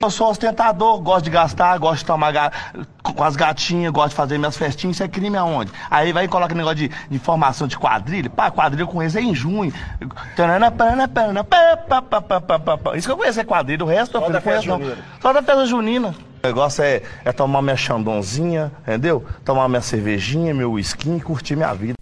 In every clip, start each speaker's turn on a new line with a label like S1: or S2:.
S1: Eu sou um ostentador, gosto de gastar, gosto de tomar ga- com as gatinhas, gosto de fazer minhas festinhas, isso é crime aonde? Aí vai e coloca negócio de, de formação de quadrilha. Pá, quadrilha eu conheço é em junho. Tanana, panana, panana, pá, pá, pá, pá, pá, pá, pá. Isso que eu conheço é quadrilha, o resto eu
S2: Só
S1: não
S2: da festa
S1: conheço não.
S2: junina.
S1: Só da festa junina. O negócio é, é tomar minha chandonzinha, entendeu? Tomar minha cervejinha, meu whisky e curtir minha vida.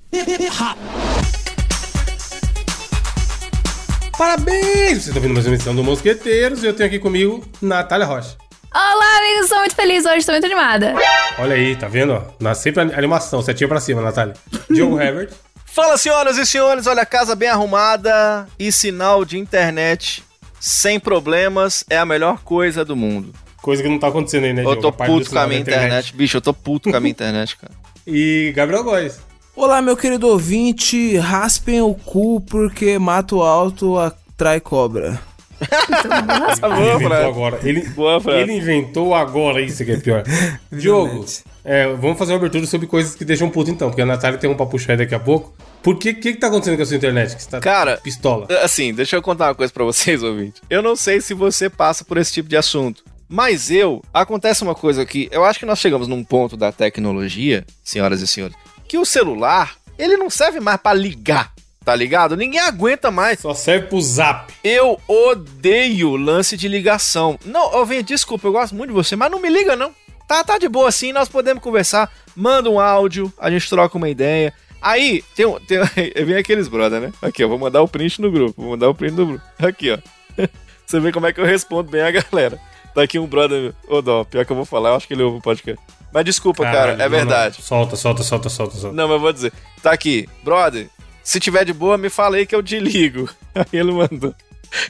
S3: Parabéns! Você está ouvindo mais uma edição do Mosqueteiros e eu tenho aqui comigo Natália Rocha.
S4: Olá, amigos, sou muito feliz hoje, estou muito animada.
S3: Olha aí, tá vendo? ó? Nasce sempre a animação, setinha pra cima, Natália. Diogo Herbert.
S5: Fala, senhoras e senhores, olha, casa bem arrumada e sinal de internet sem problemas é a melhor coisa do mundo.
S3: Coisa que não tá acontecendo aí, né,
S5: Eu
S3: Diogo?
S5: tô
S3: A parte
S5: puto
S3: do
S5: com a minha
S3: sinal da
S5: internet, bicho, eu tô puto com a minha internet, cara.
S3: E Gabriel Góes.
S6: Olá, meu querido ouvinte, raspem o cu porque mato alto atrai cobra.
S5: Tá
S3: Ele
S5: bom,
S3: inventou
S5: Fran.
S3: agora. Ele,
S5: Boa, Fran.
S3: ele inventou agora, isso que é pior. Diogo, é, vamos fazer uma abertura sobre coisas que deixam puto então, porque a Natália tem um pra puxar aí daqui a pouco. Por que, que que tá acontecendo com a sua internet? Que você tá
S5: Cara,
S3: pistola.
S5: Assim, deixa eu contar uma coisa pra vocês, ouvinte. Eu não sei se você passa por esse tipo de assunto, mas eu acontece uma coisa que eu acho que nós chegamos num ponto da tecnologia, senhoras e senhores, que o celular, ele não serve mais pra ligar, tá ligado? Ninguém aguenta mais.
S3: Só serve pro zap.
S5: Eu odeio lance de ligação. Não, eu venho, desculpa, eu gosto muito de você, mas não me liga não. Tá, tá de boa assim, nós podemos conversar. Manda um áudio, a gente troca uma ideia. Aí, tem, um- tem vem aqueles brother, né? Aqui, eu vou mandar o print no grupo, vou mandar o print no grupo. Aqui, ó. Você vê como é que eu respondo bem a galera. Tá aqui um brother, meu. ô Dó, pior que eu vou falar, eu acho que ele ouve o podcast. Mas desculpa, cara,
S3: Caralho,
S5: é
S3: não, não.
S5: verdade.
S3: Solta, solta, solta, solta, solta.
S5: Não, mas eu vou dizer. Tá aqui, brother. Se tiver de boa, me fala aí que eu te ligo. Aí ele mandou.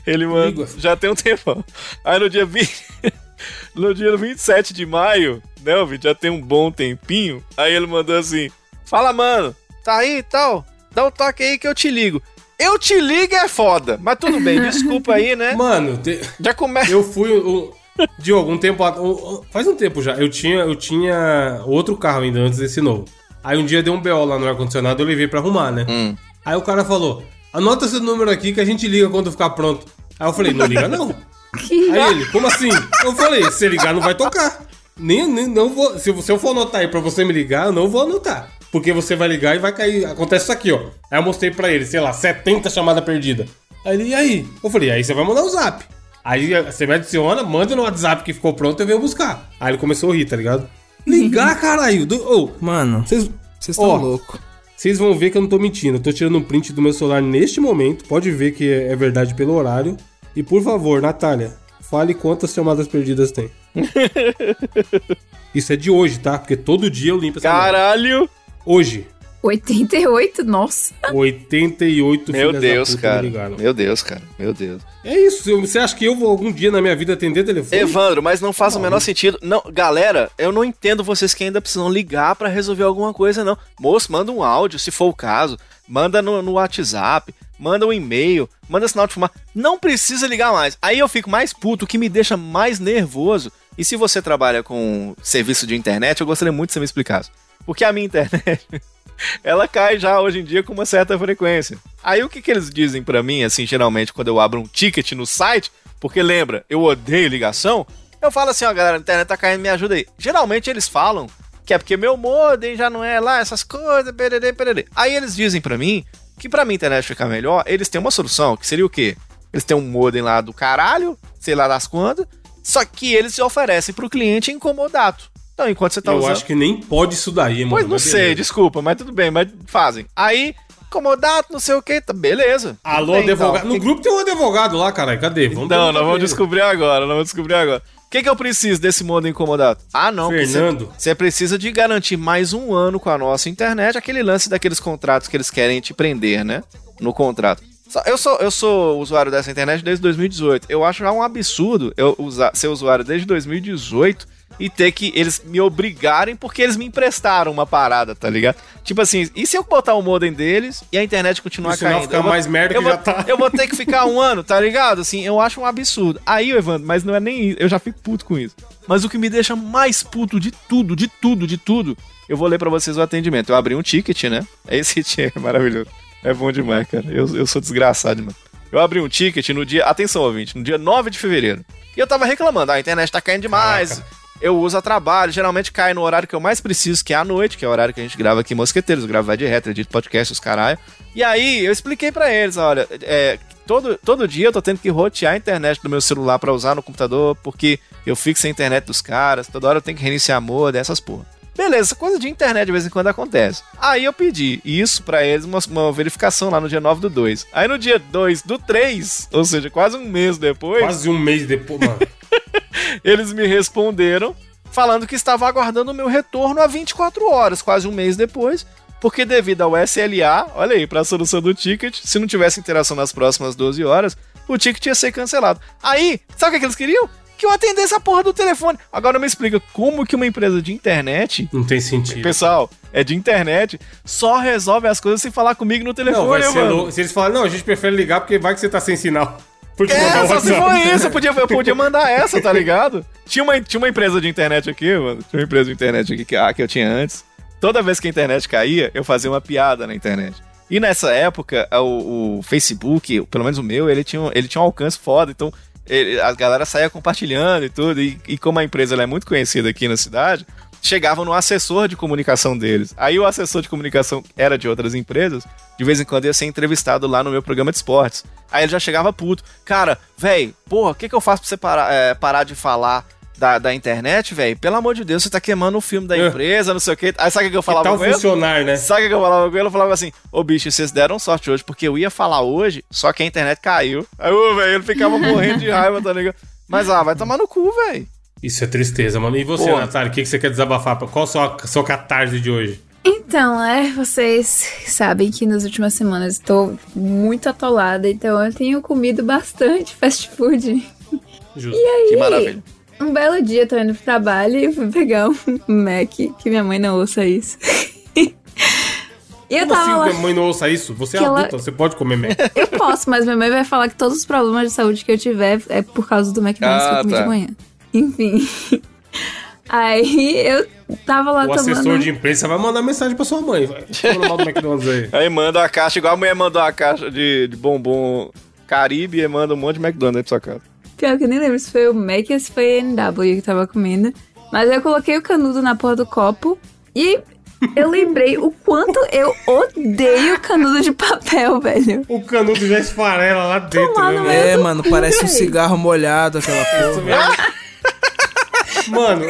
S5: Ele mandou.
S3: Ligo.
S5: Já tem um tempão. Aí no dia 20. No dia 27 de maio, né, ouvinte? Já tem um bom tempinho. Aí ele mandou assim: Fala, mano, tá aí e tal? Dá um toque aí que eu te ligo. Eu te ligo é foda. Mas tudo bem, desculpa aí, né?
S3: Mano, te-
S5: Já começa.
S3: Eu fui o. Diogo, um tempo at- um- um- Faz um tempo já. Eu tinha, eu tinha outro carro ainda antes desse novo. Aí um dia deu um BO lá no ar-condicionado, eu levei pra arrumar, né? Aí o cara falou: anota seu número aqui que a gente liga quando ficar pronto. Aí eu falei, não liga não. Aí ele, como assim? Eu falei, se ligar não vai tocar. Nem, nem- não vou. Se, você- se eu for anotar aí pra você me ligar, eu não vou anotar. Porque você vai ligar e vai cair. Acontece isso aqui, ó. Aí eu mostrei pra ele, sei lá, 70 chamada perdida. Aí ele, e aí? Eu falei, aí você vai mandar o zap. Aí você me adiciona, manda no WhatsApp que ficou pronto e eu venho buscar. Aí ele começou a rir, tá ligado? Ligar, caralho. Do, ô,
S6: Mano,
S3: vocês
S6: vocês
S3: Ó.
S6: estão loucos.
S3: vocês vão ver que eu não tô mentindo. Eu tô tirando um print do meu celular neste momento. Pode ver que é é verdade pelo horário. E por favor, Natália, fale quantas chamadas perdidas tem. Isso é de hoje, tá? Porque todo dia eu limpo essa merda.
S5: Caralho!
S3: Hoje,
S4: 88, nossa.
S3: 88 filhas
S5: Meu
S3: da
S5: Deus,
S3: puta me
S5: cara.
S3: ligaram.
S5: Meu Deus, cara. Meu Deus.
S3: É isso. eu- Você acha que eu vou algum dia na minha vida atender telefone?
S5: Evandro, mas não faz o menor sentido. Não, galera, eu não entendo vocês que ainda precisam ligar pra resolver alguma coisa, não. Moço, manda um áudio, se for o caso. Manda no, no WhatsApp, manda um e-mail, manda sinal de fumar. Não precisa ligar mais. Aí eu fico mais puto, o que me deixa mais nervoso. E se você trabalha com serviço de internet, eu gostaria muito que você me explicasse. Porque a minha internet, ela cai já hoje em dia com uma certa frequência. Aí o que, que eles dizem pra mim, assim, geralmente, quando eu abro um ticket no site, porque lembra, eu odeio ligação, eu falo assim, ó, galera, a internet tá caindo, me ajuda aí. Geralmente eles falam que é porque meu modem já não é lá, essas coisas, pererê, pererê. Aí eles dizem pra mim que pra minha internet ficar melhor, eles têm uma solução, que seria o quê? Eles têm um modem lá do caralho, sei lá das quantas, só que eles se oferecem pro cliente incomodado. Então, enquanto você tá
S3: eu
S5: usando...
S3: acho que nem pode isso daí, mano.
S5: Pois não
S3: mas
S5: sei,
S3: né? beleza.
S5: desculpa, mas tudo bem, mas fazem. Aí, comodato, não sei o que, tá, beleza.
S3: Alô,
S5: Tudo bem,
S3: advogado.
S5: então.
S3: No grupo tem um advogado lá, caralho. Cadê? Vamos
S5: Não,
S3: perguntar
S5: nós vamos
S3: pra ele.
S5: descobrir agora, nós vamos descobrir agora. O que, que eu preciso desse mundo incomodado? Ah, não. porque
S3: Fernando.
S5: Você você precisa de garantir mais um ano com a nossa internet, aquele lance daqueles contratos que eles querem te prender, né? No contrato. Só- Eu sou, eu sou usuário dessa internet desde 2018. Eu acho já um absurdo eu usar, ser usuário desde 2018 e ter que eles me obrigarem porque eles me emprestaram uma parada, tá ligado? Tipo assim, e se eu botar o modem deles e a internet continuar
S3: O sinal
S5: caindo?
S3: ficar
S5: Eu vou-
S3: mais merda
S5: eu
S3: que
S5: vou-
S3: já tá.
S5: eu vou ter que ficar um ano, tá ligado? Assim, eu acho um absurdo. Aí, Evandro, mas não é nem isso. Eu já fico puto com isso. Mas o que me deixa mais puto de tudo, de tudo, de tudo, eu vou ler pra vocês o atendimento. Eu abri um ticket, né? Esse ticket é maravilhoso. É bom demais, cara. Eu, eu sou desgraçado, mano. Eu abri um ticket no dia. Atenção, ouvinte, no dia 9 de fevereiro. E eu tava reclamando, ah, a internet tá caindo demais. Eu uso a trabalho, geralmente cai no horário que eu mais preciso, que é à noite, que é o horário que a gente grava aqui em Mosqueteiros, eu gravo vai de reto, edito podcast, os caralho. E aí eu expliquei pra eles, olha, é, todo, todo dia eu tô tendo que rotear a internet do meu celular pra usar no computador, porque eu fico sem internet dos caras, toda hora eu tenho que reiniciar moda, essas porra. Beleza, coisa de internet de vez em quando acontece. Aí eu pedi isso pra eles, uma, uma verificação lá no dia 9 do 2. Aí no dia 2 do 3, ou seja, quase um mês depois,
S3: Quase um mês depois, mano.
S5: eles me responderam falando que estava aguardando o meu retorno há 24 horas, quase um mês depois, porque devido ao SLA, olha aí, para a solução do ticket, se não tivesse interação nas próximas 12 horas, o ticket ia ser cancelado. Aí, sabe o que, é que eles queriam? Que eu atendesse a porra do telefone. Agora me explica como que uma empresa de internet,
S3: Não tem sentido.
S5: pessoal, é de internet, só resolve as coisas sem falar comigo no telefone,
S3: Não, vai ser
S5: mano.
S3: louco. Se eles falarem, não, a gente prefere ligar porque vai que você tá sem sinal. Porque
S5: É, só se for isso, eu podia, eu podia mandar essa, tá ligado? Tinha uma, tinha uma empresa de internet aqui, mano. Tinha uma empresa de internet aqui que, ah, que eu tinha antes. Toda vez que a internet caía, eu fazia uma piada na internet. E nessa época, a- o, o Facebook, pelo menos o meu, ele tinha, um- ele tinha um alcance foda, então ele- a galera saía compartilhando e tudo. E, e como a empresa ela é muito conhecida aqui na cidade, chegavam no assessor de comunicação deles. Aí o assessor de comunicação era de outras empresas, de vez em quando ia ser entrevistado lá no meu programa de esportes. Aí ele já chegava puto. Cara, véi, porra, o que, que eu faço pra você parar, é, parar de falar da, da internet, véi? Pelo amor de Deus, você tá queimando o filme da
S3: É.
S5: empresa, não sei o quê. Aí sabe o que eu falava
S3: Tal
S5: com ele?
S3: funcionário, né?
S5: Sabe o que eu falava com ele? Eu falava assim, ô bicho, vocês deram sorte hoje, porque eu ia falar hoje, só que a internet caiu. Aí, ô, velho, ele ficava morrendo de raiva, tá ligado? Mas, ah, vai tomar no cu, velho.
S3: Isso é tristeza, mano. E você,
S5: Porra.
S3: Natália, o que, que você quer desabafar? Qual a sua, sua catarse de hoje?
S4: Então, é, vocês sabem que nas últimas semanas estou muito atolada, então eu tenho comido bastante fast food.
S3: Justo.
S5: Que maravilha.
S4: Um belo dia, tô indo pro trabalho e fui pegar um Mac, que minha mãe não ouça isso. E eu
S3: Como
S4: tava
S3: assim
S4: lá,
S3: minha mãe não ouça isso? Você é
S4: Que ela-
S3: adulta, você pode comer Mac.
S4: eu posso, mas minha mãe vai falar que todos os problemas de saúde que eu tiver é por causa do McDonald's que
S5: Ah,
S4: eu comi
S5: tá.
S4: de manhã. Enfim. Aí eu tava lá
S3: O
S4: tomando.
S3: assessor de imprensa vai mandar mensagem pra sua mãe. Vai. Fala mal do McDonald's aí.
S5: Aí manda a caixa, igual a mulher mandou a caixa de, de bombom Caribe e manda um monte de McDonald's aí pra sua casa.
S4: Pior que eu nem lembro se foi o Mac ou se foi a NW que tava comendo. Mas eu coloquei o canudo na porra do copo e eu lembrei o quanto eu odeio canudo de papel, velho.
S3: O canudo já esfarela lá dentro,
S4: Tomar
S3: né,
S4: no
S3: mano?
S4: meio.
S6: É,
S4: do
S6: mano,
S4: cu,
S6: parece um
S4: velho.
S6: cigarro molhado aquela porra.
S3: Mano,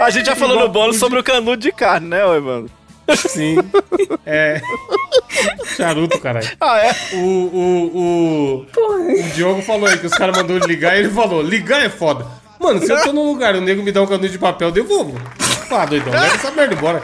S5: A gente já falou no bônus sobre o canudo de carne, né, ô, mano?
S3: sim. É. Charuto, caralho.
S5: Ah, é?
S3: O, o, o, o Diogo falou aí que os caras mandou ele ligar e ele falou: ligar é foda. Mano, se eu tô num lugar e o nego me dá um canudo de papel, eu devolvo. Ah, doidão, leva essa merda embora.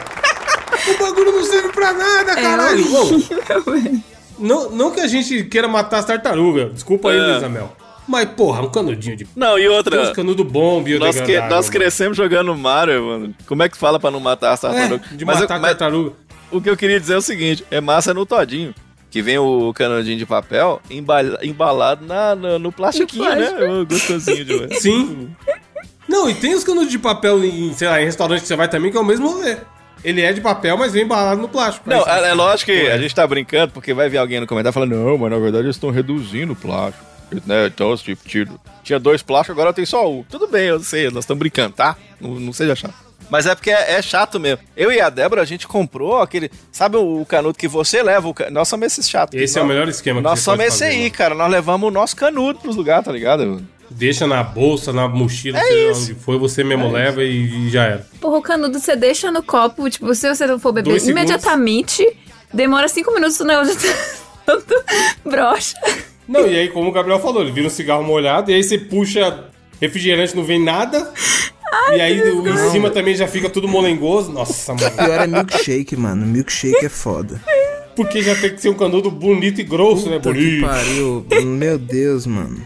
S3: O bagulho não serve pra nada, caralho. Ô, não, não que a gente queira matar as tartarugas. Desculpa aí,
S5: É.
S3: Luiz Amel. Mas, porra, um canudinho de.
S5: Não, e
S3: Tem uns
S5: outra...
S3: canudo bom,
S5: Nós, que,
S3: biodegradável.
S5: nós crescemos jogando Mario, mano. Como é que fala pra não matar as tartarugas?
S3: É, de
S5: Mas eu-
S3: matar
S5: mas-
S3: tartaruga.
S5: O que eu queria dizer é o seguinte: é massa no todinho. Que vem o canudinho de papel embala- embalado na, na- no plastiquinho,
S4: No
S5: né?
S4: plástico.
S5: Ô, Gostosinho de ver.
S3: Sim. Não, e tem os canudos de papel em, sei lá, em restaurante que você vai também, que é o mesmo rolê. Ele é de papel, mas vem embalado no plástico.
S5: Não,
S3: Aí você-
S5: é, é lógico que a gente tá brincando, porque vai vir alguém no comentário falando, não, mas na verdade eles estão reduzindo o plástico. Né? Então, tipo, tiro. Tinha dois plásticos, agora tem só um. Tudo bem, eu sei, nós estamos brincando, tá? Não, não seja chato. Mas é porque é, é chato mesmo. Eu e a Débora, a gente comprou aquele. Sabe o, o canudo que você leva? O can... Nós somos esses chatos.
S3: Esse é o melhor esquema
S5: Nós
S3: que
S5: somos esse aí,
S3: mano.
S5: cara. Nós levamos o nosso canudo pros lugares, tá ligado? mano?
S3: Deixa na bolsa, na mochila,
S5: É
S3: seja lá
S5: isso.
S3: onde foi, você mesmo leva e, e já era.
S4: Porra, o canudo você deixa no copo, tipo, se você não for beber
S3: Dois segundos.
S4: imediatamente, demora cinco minutos, o negócio já tá todo broxa.
S3: Não, e aí, como o Gabriel falou, ele vira um cigarro molhado, e aí você puxa refrigerante, não vem nada. e aí o- em cima também já fica tudo molengoso. Nossa, mano.
S6: Pior é milkshake, mano. Milkshake é foda.
S3: Porque já tem que ser um canudo bonito e grosso, né?
S6: Puta que
S3: Bonito.
S6: pariu. Meu Deus, mano.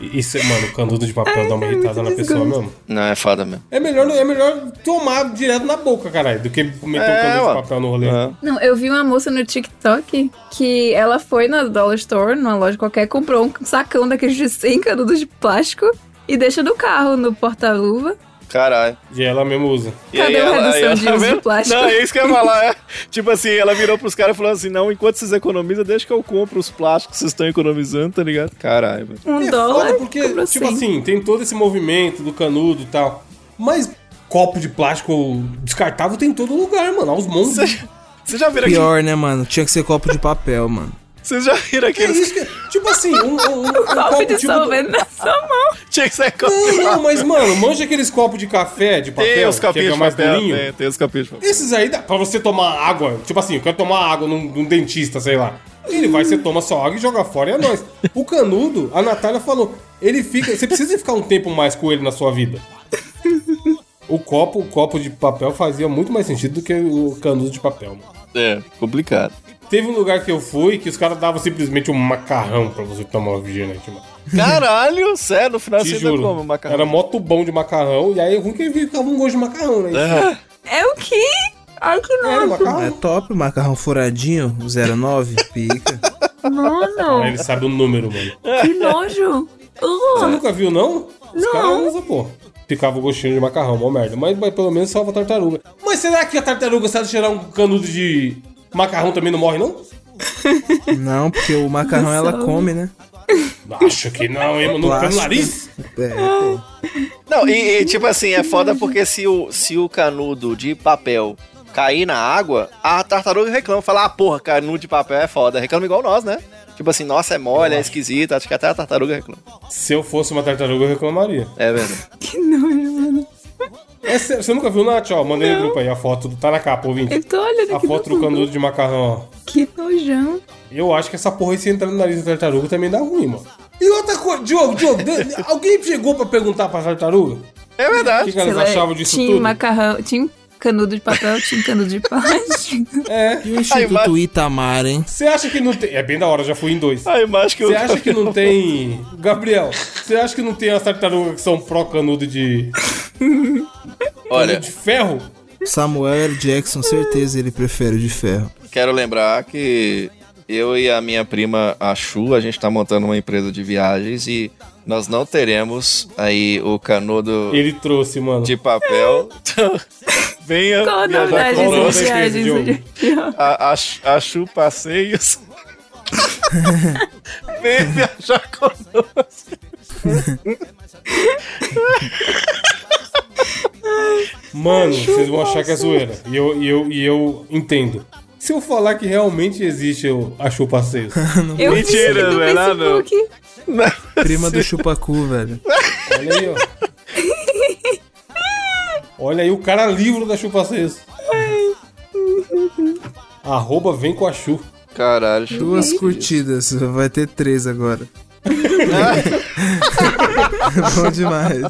S3: Isso, é- mano, o canudo de papel dá uma irritada na pessoa mesmo.
S5: Não, é foda mesmo.
S3: É melhor, é melhor tomar direto na boca, caralho, do que meter
S5: É,
S3: um canudo
S5: ó. É,
S3: de papel no rolê.
S4: Não, eu vi uma moça no TikTok que ela foi na Dollar Store, numa loja qualquer, comprou um sacão daqueles de 100 canudos de plástico e deixa no carro, no porta-luva.
S5: Caralho.
S3: E ela mesmo usa.
S5: E
S4: Cadê a redução de uso do
S5: vendo?
S4: plástico?
S5: Não, é isso que eu ia falar. é. Tipo assim, ela virou pros caras e falou assim: não, enquanto vocês economizam, deixa que eu compro os plásticos que vocês estão economizando, tá ligado? Caralho, velho.
S4: Um
S3: É
S4: dólar?
S3: foda porque,
S4: Compra
S3: tipo
S4: cem.
S3: assim, tem todo esse movimento do canudo e tal. Mas copo de plástico descartável tem em todo lugar, mano. Aos montes.
S5: Vocês já viram aqui?
S6: Pior, né, mano? Tinha que ser copo de papel, mano.
S5: Vocês já viram
S3: É
S5: aqueles.
S3: isso que- tipo assim, um, um, um
S4: Copo de
S3: tipo.
S4: sorvete na sua mão.
S5: Tinha que ser copo
S3: Não,
S5: de
S3: não, mas, mano, manja aqueles copos de café, de papel,
S5: Tem os
S3: que é
S5: capinhos de
S3: mais
S5: papel. né?
S3: durinho.
S5: Tem, tem os capinhos de papel.
S3: Esses aí dá pra você tomar água. Tipo assim, eu quero tomar água num, num dentista, sei lá. Ele vai, você toma só água e joga fora e é nóis. O canudo, a Natália falou, ele fica. Você precisa ficar um tempo mais com ele na sua vida. O copo, o copo de papel fazia muito mais sentido do que o canudo de papel, mano.
S5: É, complicado.
S3: Teve um lugar que eu fui que os caras davam simplesmente um macarrão pra você tomar o refrigerante, mano.
S5: Caralho, sério, no final
S3: tipo, Te
S5: você ainda
S3: juro.
S5: come macarrão.
S3: Era moto bom de macarrão, e aí o ruim que ficava um gosto de macarrão, né?
S5: É.
S4: É o quê? Ai, que
S3: Era
S4: nojo.
S6: É
S3: macarrão.
S6: top, macarrão furadinho, 09, pica.
S4: Mano,
S3: Aí ele sabe o número, mano.
S4: que nojo.
S3: Você
S4: Uh,
S3: nunca viu, não? Os
S4: Não.
S3: caras usam, pô. Ficava o gostinho de macarrão, mó merda. Mas, mas pelo menos salva a tartaruga. Mas será que a tartaruga, se ela cheirar um canudo de macarrão, também não morre, não?
S6: Não, porque o macarrão ela
S4: Salve.
S6: come, né?
S3: Acho que não, hein? No pelo
S6: Plástico.
S3: nariz.
S6: É, pô.
S5: Não, e, e, tipo assim, é foda porque se o, se o canudo de papel cair na água, a tartaruga reclama, fala, ah, porra, canudo de papel é foda. Reclama igual nós, né? Tipo assim, nossa, é mole, é esquisito, acho que até a tartaruga reclama.
S3: Se eu fosse uma tartaruga, eu reclamaria.
S5: É verdade.
S4: que nojo, mano.
S3: É sério, você nunca viu, Nath? Ó, mandei no grupo aí a foto. do- Tá na capa, ouvinte.
S4: Eu tô olhando
S3: A
S4: aqui
S3: foto
S4: no
S3: do
S4: Google.
S3: canudo de macarrão, ó.
S4: Que nojão.
S3: Eu acho que essa porra aí, se entrar no nariz da tartaruga, também dá ruim, mano. E outra coisa, Diogo, Diogo, Dan- alguém chegou pra perguntar pra tartaruga?
S5: É
S3: O que,
S5: verdade.
S3: que elas
S4: Sei lá,
S3: achavam disso
S4: tinha
S3: tudo?
S4: macarrão, tinha um canudo de papel, tinha um canudo de plástico.
S3: É.
S6: E o Instituto
S5: imagem-
S6: Itamar, hein?
S3: Você acha que não tem. É bem da hora, já fui em dois.
S5: A imagem que eu.
S3: Você acha que não tem. Gabriel, você acha que não tem as tartarugas que são pró-canudo de,
S5: Olha,
S3: de ferro?
S6: Samuel L. Jackson, certeza ele prefere o de ferro.
S5: quero lembrar que eu e a minha prima, a Chu, a gente tá montando uma empresa de viagens e nós não teremos aí o canudo
S3: Ele trouxe, mano.
S5: de papel. Então, venha
S4: Qual a
S5: viajar
S4: novidade
S3: com o
S4: dessas
S3: Lula,
S4: viagens?
S3: Diogo.
S4: Diogo?
S5: a, a, a Chu Passeios. Vem viajar conosco.
S3: Mano, vocês vão achar que é zoeira. E eu, e eu, e eu entendo. Se eu falar que realmente existe o- a chupa seis.
S4: Eu vi isso aqui
S5: Mentira,
S4: no
S5: não é lá, não.
S4: Facebook.
S6: Prima do chupacu, velho.
S3: Olha aí, ó. Olha aí o cara livro da chupa seis. Arroba vem com a chu.
S5: Caralho, Chu.
S6: Duas curtidas, vai ter três agora. Bom demais.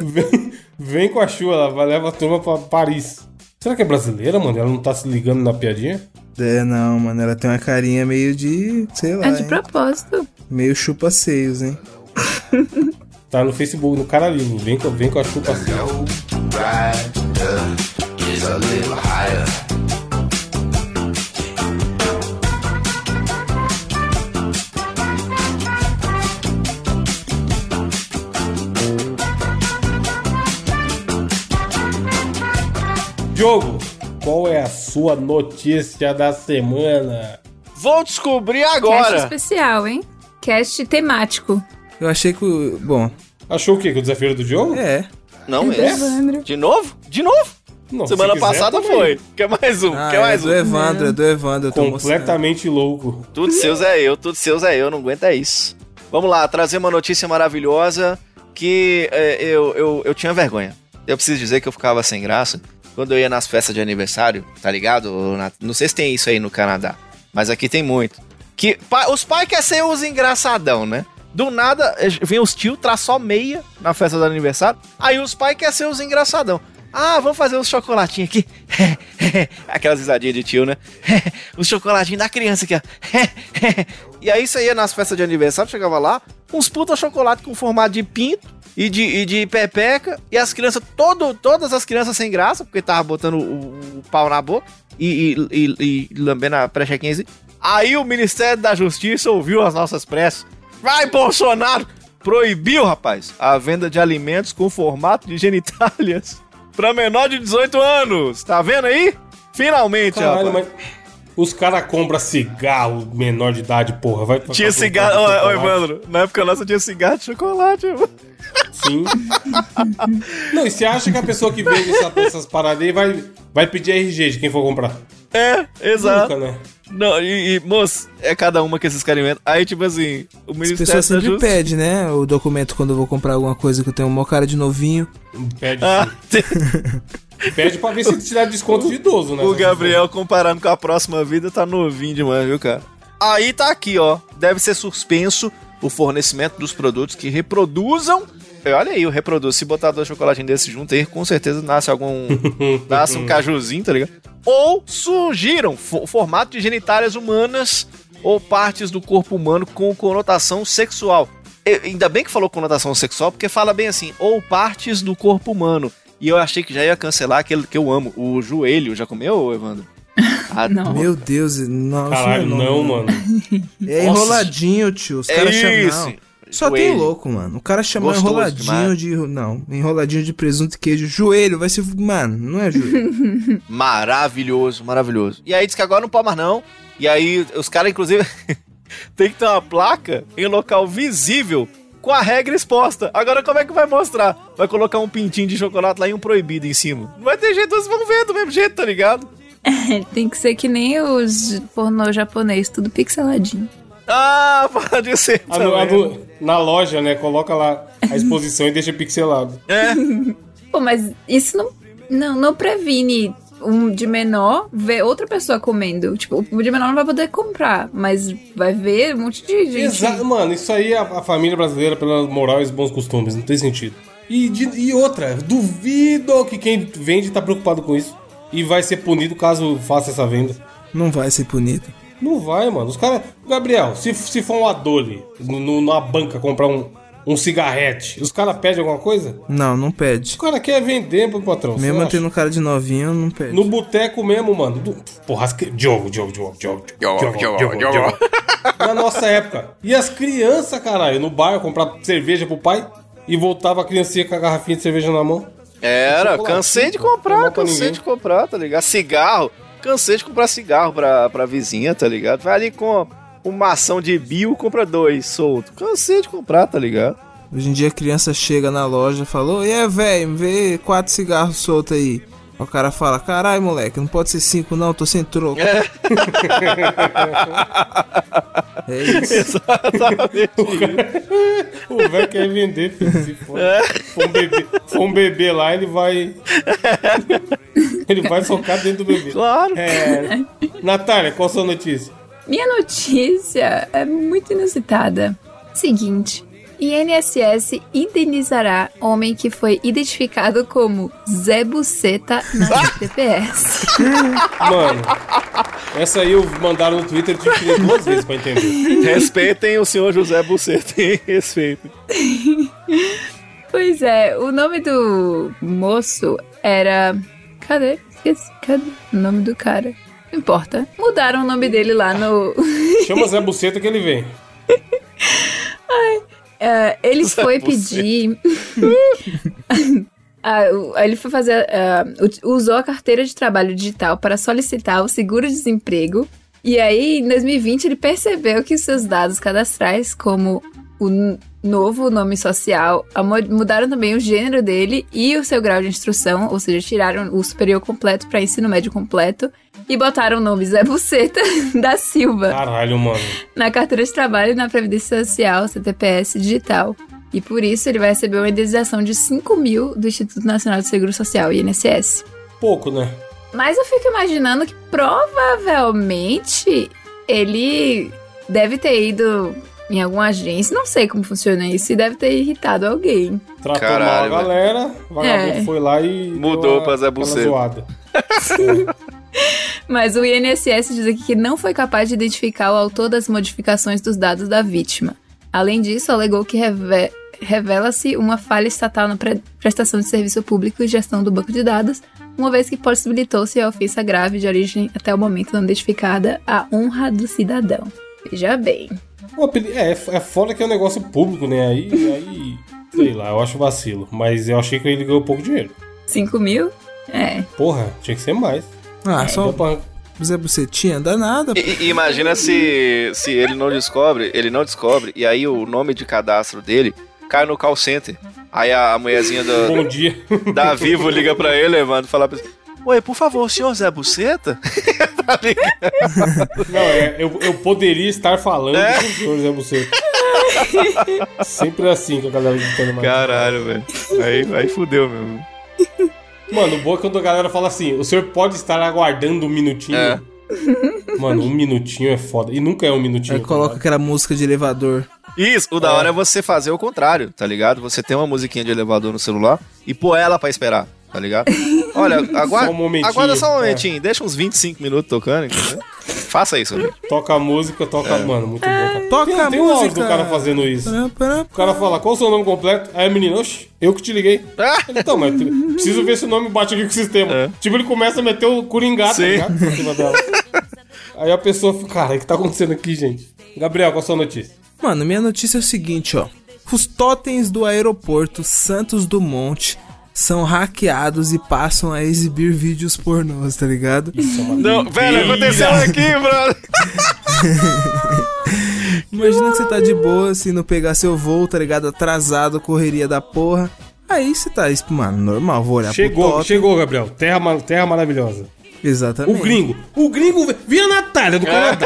S3: Vem, vem com a chuva, ela vai- leva a turma pra Paris. Será que é brasileira, mano? Ela não tá se ligando na piadinha?
S6: É, não, mano, ela tem uma carinha meio de, sei lá,
S4: É de
S6: hein?
S4: propósito.
S6: meio chupa-seios, hein?
S3: Tá no Facebook, no cara livro. Vem com, vem com a chuva. assim. Diogo, qual é a sua notícia da semana?
S5: Vou descobrir
S4: Cast
S5: agora.
S4: especial, hein? Cast temático.
S6: Eu achei que o. Bom,
S3: Achou o quê? Que o desafio era do Diogo?
S6: é.
S5: Não
S4: do Evandro.
S5: esse. De novo? De novo?
S3: Não, se
S5: Semana
S3: quiser,
S5: passada
S3: também.
S5: foi. Quer mais um?
S6: Ah,
S5: Quer
S6: é
S5: mais
S6: do
S5: um?
S6: Evandro, é do Evandro, eu tô mostrando.
S3: Completamente louco.
S5: Tudo seus é eu, tudo seus é eu, não aguenta isso. Vamos lá, trazer uma notícia maravilhosa que é, eu, eu, eu tinha vergonha. Eu preciso dizer que eu ficava sem graça quando eu ia nas festas de aniversário, tá ligado? Ô, Nath? Não sei se tem isso aí no Canadá, mas aqui tem muito. Que pa- os pais querem ser os engraçadão, né? Do nada, eh, vem os tio, traz só meia na festa do aniversário. Aí os pais querem ser os engraçadão. Ah, vamos fazer uns chocolatinhos aqui. Aquelas risadinhas de tio, né? os chocolatinhos da criança aqui, ó. e aí você ia nas festas de aniversário, chegava lá, uns puta chocolate com formato de pinto e de, e de pepeca. E as crianças, todo, todas as crianças sem graça, porque tava botando o, o pau na boca e, e, e, e lambendo a prechequinha assim. Aí o Ministério da Justiça ouviu as nossas preces. Vai, Bolsonaro! proibiu, rapaz, a venda de alimentos com formato de genitálias pra menor de 18 anos. Tá vendo aí? Finalmente,
S3: Caralho,
S5: rapaz.
S3: mas os caras compram cigarro menor de idade, porra. Vai um pra-
S5: Tinha
S3: pra- pra-
S5: cigarro.
S3: pra- pra-
S5: Ô, ô,
S3: pra-
S5: Evandro, na época nossa tinha cigarro de chocolate, é, mano.
S3: Sim. Não, e você acha que a pessoa que vende essa- essas paradas aí vai, vai pedir RG de quem for comprar?
S5: É, exato.
S3: Nunca, né?
S5: Não, e, e, moço, é cada uma que esses caras inventam. Aí, tipo assim, o
S6: As
S5: Ministério
S6: pessoas
S5: da
S6: sempre
S5: Justiça.
S6: pedem, né? O documento quando eu vou comprar alguma coisa que eu tenho uma cara de novinho.
S3: Pede,
S5: Ah,
S3: sim. pede pra ver se te dá desconto de idoso, né?
S5: o Gabriel comparando com a próxima vida tá novinho demais, viu, cara? Aí tá aqui, ó. Deve ser suspenso o fornecimento dos produtos que reproduzam. Olha aí, o reproduz. Se botar dois chocolatinhos desse junto aí, com certeza nasce algum. nasce um cajuzinho, tá ligado? Ou surgiram fo- formato de genitálias humanas ou partes do corpo humano com conotação sexual. Eu- ainda bem que falou conotação sexual, porque fala bem assim, ou partes do corpo humano. E eu achei que já ia cancelar aquele que eu amo, o joelho. Já comeu, Evandro? Ah,
S4: Não.
S6: Meu Deus, não,
S3: Caralho,
S6: isso
S3: não, mano.
S6: É
S5: Nossa.
S6: enroladinho, tio. Os
S5: É
S6: caras chamam.
S5: isso.
S6: não. Só tem
S5: Joelho.
S6: louco, mano. O cara chama
S5: Gostoso
S6: enroladinho de. Não, enroladinho de presunto e queijo. Joelho, vai ser. Mano, não é joelho.
S5: Maravilhoso, maravilhoso. E aí diz que agora não pode mais não. E aí os caras, inclusive, tem que ter uma placa em local visível com a regra exposta. Agora como é que vai mostrar? Vai colocar um pintinho de chocolate lá e um proibido em cima. Não vai ter jeito, vocês vão ver do mesmo jeito, tá ligado?
S4: Tem que ser que nem os pornô japonês, tudo pixeladinho.
S5: Ah, pode ser.
S3: A do- a
S5: também. né?
S3: do- na loja, né? Coloca lá a exposição e deixa pixelado.
S5: É,
S4: Pô, mas isso não, não, não previne um de menor ver outra pessoa comendo. Tipo, o de menor não vai poder comprar, mas vai ver um monte de gente.
S3: Exato, mano. Isso aí é a, a família brasileira pela moral e os bons costumes. Não tem sentido. E, de- e outra, duvido que quem vende tá preocupado com isso. E vai ser punido caso faça essa venda.
S6: não vai ser punido.
S3: Não vai, mano. Os caras. Gabriel, se, se for um Adole no, no- numa banca comprar um, um cigarrete, os caras pedem alguma coisa?
S6: Não, não pede.
S3: Os caras querem vender pro patrão. você
S6: Mesmo
S3: acha?
S6: tendo cara de novinho, não perde.
S3: É No boteco mesmo, mano. Do... Porra, as... cri- Diogo, Diogo, Diogo, Diogo, Diogo, Diogo, Diogo, Diogo. Na nossa época. E as crianças, caralho, no bar comprar cerveja pro pai e voltava a criancinha com a garrafinha de cerveja na mão.
S5: Era,
S3: Chocolate,
S5: cansei de
S3: pô, não dá
S5: comprar,
S3: pra
S5: cansei
S3: ninguém.
S5: de comprar, tá ligado? Cigarro, cansei de comprar cigarro pra, pra vizinha, tá ligado? Vai ali com uma ação de bio, compra dois solto. Cansei de comprar, tá ligado?
S6: Hoje em dia a criança chega na loja e fala, ô, e é, velho, vê quatro cigarros soltos aí. O cara fala, carai, moleque, não pode ser cinco não, tô sem troco. É, É isso.
S5: Exatamente.
S3: O velho quer vender, filho. Se for, for um bebê, for um bebê lá, ele vai. Ele vai socar dentro do bebê.
S5: claro.
S3: É... Natália, qual a sua notícia?
S4: Minha notícia é muito inusitada. Seguinte: INSS indenizará homem que foi identificado como Zé Buceta na CPS.
S3: Mano, essa aí eu mandaram no Twitter, eu tive que ler duas vezes pra entender.
S5: Respeitem o senhor José Buceta, hein? Respeitem.
S4: Pois é, o nome do moço era. Cadê? Esqueci. Cadê o nome do cara? Não importa. Mudaram o nome dele lá no.
S3: Chama Zé Buceta que ele vem.
S4: É, ele
S5: Zé
S4: foi
S5: Buceta.
S4: pedir. Ah, o- aí ele foi fazer. ah, ut- usou a carteira de trabalho digital para solicitar o seguro-desemprego. E aí, em 2020, ele percebeu que os seus dados cadastrais, como o n- novo nome social, a mo- mudaram também o gênero dele e o seu grau de instrução, ou seja, tiraram o superior completo para ensino médio completo e botaram o nome Zé Buceta da Silva
S3: Caralho, mano.
S4: na carteira de trabalho e na Previdência Social, CTPS digital. E por isso ele vai receber uma indenização de 5 mil do Instituto Nacional de Seguro Social, INSS.
S3: Pouco, né?
S4: Mas eu fico imaginando que provavelmente ele deve ter ido em alguma agência, não sei como funciona isso, e deve ter irritado alguém.
S3: Tratou
S5: Caralho,
S3: mal a
S5: velho.
S3: galera, o vagabundo
S4: É.
S3: foi lá e.
S5: Mudou
S3: deu a-
S5: pra Zé
S3: aquela
S5: Buceta.
S3: zoada.
S4: Mas o INSS diz aqui que não foi capaz de identificar o autor das modificações dos dados da vítima. Além disso, alegou que reve- revela-se uma falha estatal na pre- prestação de serviço público e gestão do banco de dados, uma vez que possibilitou-se a ofensa grave de origem até o momento não identificada à honra do cidadão. Veja bem.
S3: O apelido, é, é foda que é um negócio público, né? Aí, aí, sei lá, eu acho vacilo. Mas eu achei que ele ganhou pouco dinheiro.
S4: 5 mil? É.
S3: Porra, tinha que ser mais.
S6: Ah, só
S3: Deu pra-
S6: Zé Bucetinha, danada. pô.
S5: E, e imagina se, se ele não descobre, ele não descobre, e aí o nome de cadastro dele cai no call center. Aí a, a mulherzinha do,
S3: Bom dia.
S5: da Vivo liga pra ele, Evandro, e fala pra ele, Oi, por favor, o senhor Zé Buceta? Tá ligado?
S3: Não, é, eu, eu poderia estar falando
S5: É.
S3: com o senhor Zé Buceta. Sempre assim com a galera de telemarketing.
S5: Caralho, velho. Aí, aí fudeu mesmo.
S3: Mano, o bom é quando a galera fala assim, o senhor pode estar aguardando um minutinho.
S5: É.
S3: Mano, um minutinho é foda. E nunca é um minutinho.
S6: Aí
S3: tá
S6: coloca
S3: ligado?
S6: aquela música de elevador.
S5: Isso, o da hora é você fazer o contrário, tá ligado? Você tem uma musiquinha de elevador no celular e pôr ela pra esperar, tá ligado? Olha, agua-
S3: Só um momentinho.
S5: aguarda só um
S3: É.
S5: momentinho, deixa uns 25 minutos tocando, entendeu? Faça isso, gente.
S3: Toca a música, toca.
S5: É.
S3: Mano, muito bom. Cara.
S6: Toca
S3: tem,
S6: a
S3: tem um áudio
S6: É. música.
S3: do cara fazendo isso.
S6: Pará, pará.
S3: O cara fala, qual o seu nome completo? Aí a menina, oxe, eu que te liguei. Ele, então, mas tu- preciso ver se o nome bate aqui com o sistema.
S5: Ah. É.
S3: Tipo, ele começa a meter o coringá, tá
S5: Sim.
S3: ligado? Por cima dela. Aí a pessoa fica, cara, o que tá acontecendo aqui, gente? Gabriel, qual a sua notícia?
S6: Mano, minha notícia é o seguinte, ó. Os totens do aeroporto Santos Dumont são hackeados e passam a exibir vídeos pornôs, tá ligado?
S5: Não, velho, aconteceu aqui, brother.
S6: Imagina que você tá de boa, se não pegar seu voo, tá ligado? Atrasado, correria da porra. Aí você tá, isso, mano, normal,
S5: É
S6: vou olhar pro
S3: Chegou,
S6: totem.
S3: chegou, Gabriel. Terra, ma- terra maravilhosa.
S6: Exatamente.
S3: O gringo. O gringo ve- vira a Natália do
S5: É.
S3: Canadá.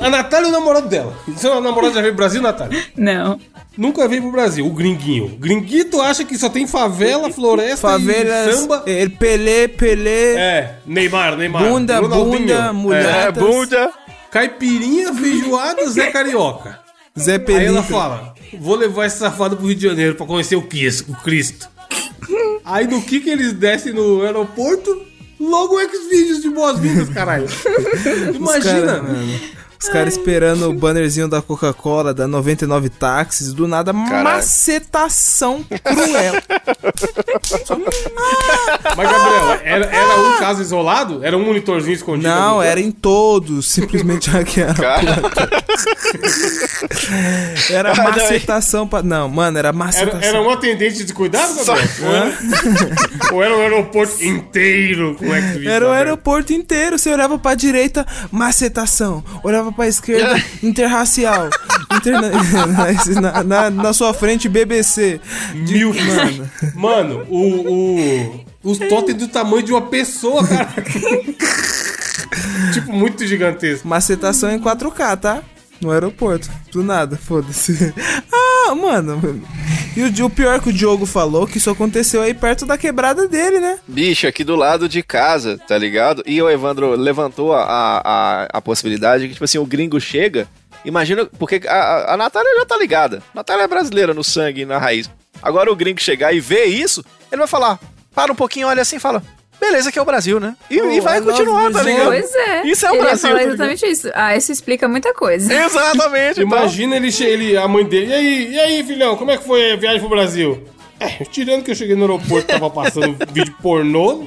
S3: A Natália é o namorado dela. Seu namorado já veio pro Brasil, Natália?
S4: Não.
S3: Nunca veio pro Brasil, o gringuinho. Gringuito acha que só tem favela, floresta e
S6: Favelas,
S3: samba.
S6: ele é, Pelé, Pelé,
S3: É, Neymar, Neymar.
S6: bunda,
S3: Ronaldinho.
S6: bunda, mulher.
S5: É, bunda.
S3: Caipirinha, feijoada, Zé Carioca.
S6: Zé
S3: Aí
S6: Pelé.
S3: ela fala, vou levar esse safado pro Rio de Janeiro pra conhecer o Kiss, o Cristo. Aí do que que eles descem no aeroporto? Logo x vídeos de boas-vindas, caralho. Imagina.
S6: Cara, né? mano, Os caras esperando o bannerzinho da Coca-Cola, da 99 táxis, do nada, macetação cruel.
S3: Mas, Gabriel, era, era um caso isolado? Era um monitorzinho escondido?
S6: Não,
S3: ali?
S6: era em todos, simplesmente hackearam.
S5: Cara,
S6: Era
S5: Ah, não,
S6: macetação pra. Não, mano, era
S3: Era,
S6: macetação.
S3: era um atendente descuidado, Gabriel? Ou era- Ou era um aeroporto inteiro com x
S6: Era o aeroporto inteiro. Você olhava pra direita, macetação. Olhava pra esquerda, interracial. Interna... na, na- na sua frente, BBC.
S3: Mil, mano. Mano, o. o os totem do tamanho de uma pessoa, cara. tipo, muito gigantesco.
S6: Macetação em 4K, tá? No aeroporto. Do nada, foda-se. Ah, mano. E o, o pior que o Diogo falou, que isso aconteceu aí perto da quebrada dele, né?
S5: bicho, aqui do lado de casa, tá ligado? E o Evandro levantou a, a, a- a possibilidade que, tipo assim, o gringo chega. Imagina, porque a- a, a Natália já tá ligada. Natália é brasileira no sangue, e na raiz. Agora o gringo chegar e ver isso, ele vai falar, para um pouquinho, olha assim e fala, beleza que é o Brasil, né? E, e
S6: Oh,
S5: vai
S6: I love
S5: continuar, tá
S6: Brazil.
S5: ligado?
S4: é Pois é.
S5: Isso é o
S4: Ele ia
S5: Brasil, É.
S4: falar
S5: tá
S4: exatamente isso. Ah, isso explica muita coisa.
S5: Exatamente, então.
S3: Imagina ele, che- ele, a mãe dele. E aí, e aí, filhão, como é que foi a viagem pro Brasil? É, tirando que eu cheguei no aeroporto tava passando vídeo pornô,